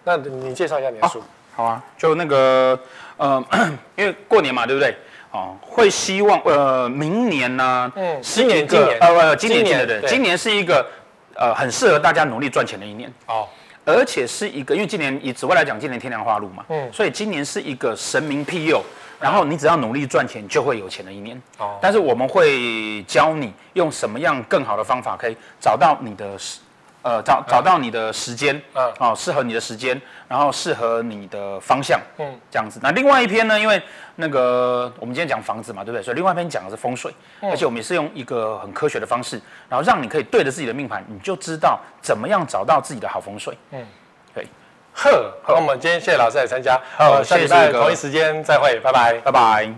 S1: 那你介绍一下你的书。
S2: 好啊，就那个呃， 因为过年嘛，对不对？哦，会希望呃，明年呢、
S1: 嗯
S2: 是一
S1: 今
S2: 个
S1: 年今年
S2: 呃呃，今
S1: 今
S2: 年今
S1: 年
S2: 年对，
S1: 对
S2: 今年是一个呃很适合大家努力赚钱的一年，
S1: 哦，
S2: 而且是一个因为今年以紫薇来讲，今年天梁化禄嘛，
S1: 嗯
S2: 所以今年是一个神明庇佑，然后你只要努力赚钱就会有钱的一年。
S1: 哦
S2: 但是我们会教你用什么样更好的方法可以找到你的时，呃，找找到你的时间，
S1: 嗯
S2: 哦，适合你的时间，然后适合你的方向，
S1: 嗯
S2: 嗯，这样子。那另外一篇呢，因为那个我们今天讲房子嘛，对不对？所以另外一篇讲的是风水，
S1: 嗯
S2: 而且我们也是用一个很科学的方式，然后让你可以对着自己的命盘，你就知道怎么样找到自己的好风水。
S1: 呵，那我们今天谢谢老师来参加，
S2: 好
S1: 呃下
S2: 谢
S1: 礼
S2: 谢
S1: 拜
S2: 志哥
S1: 同一时间再会，拜拜。
S2: 拜拜。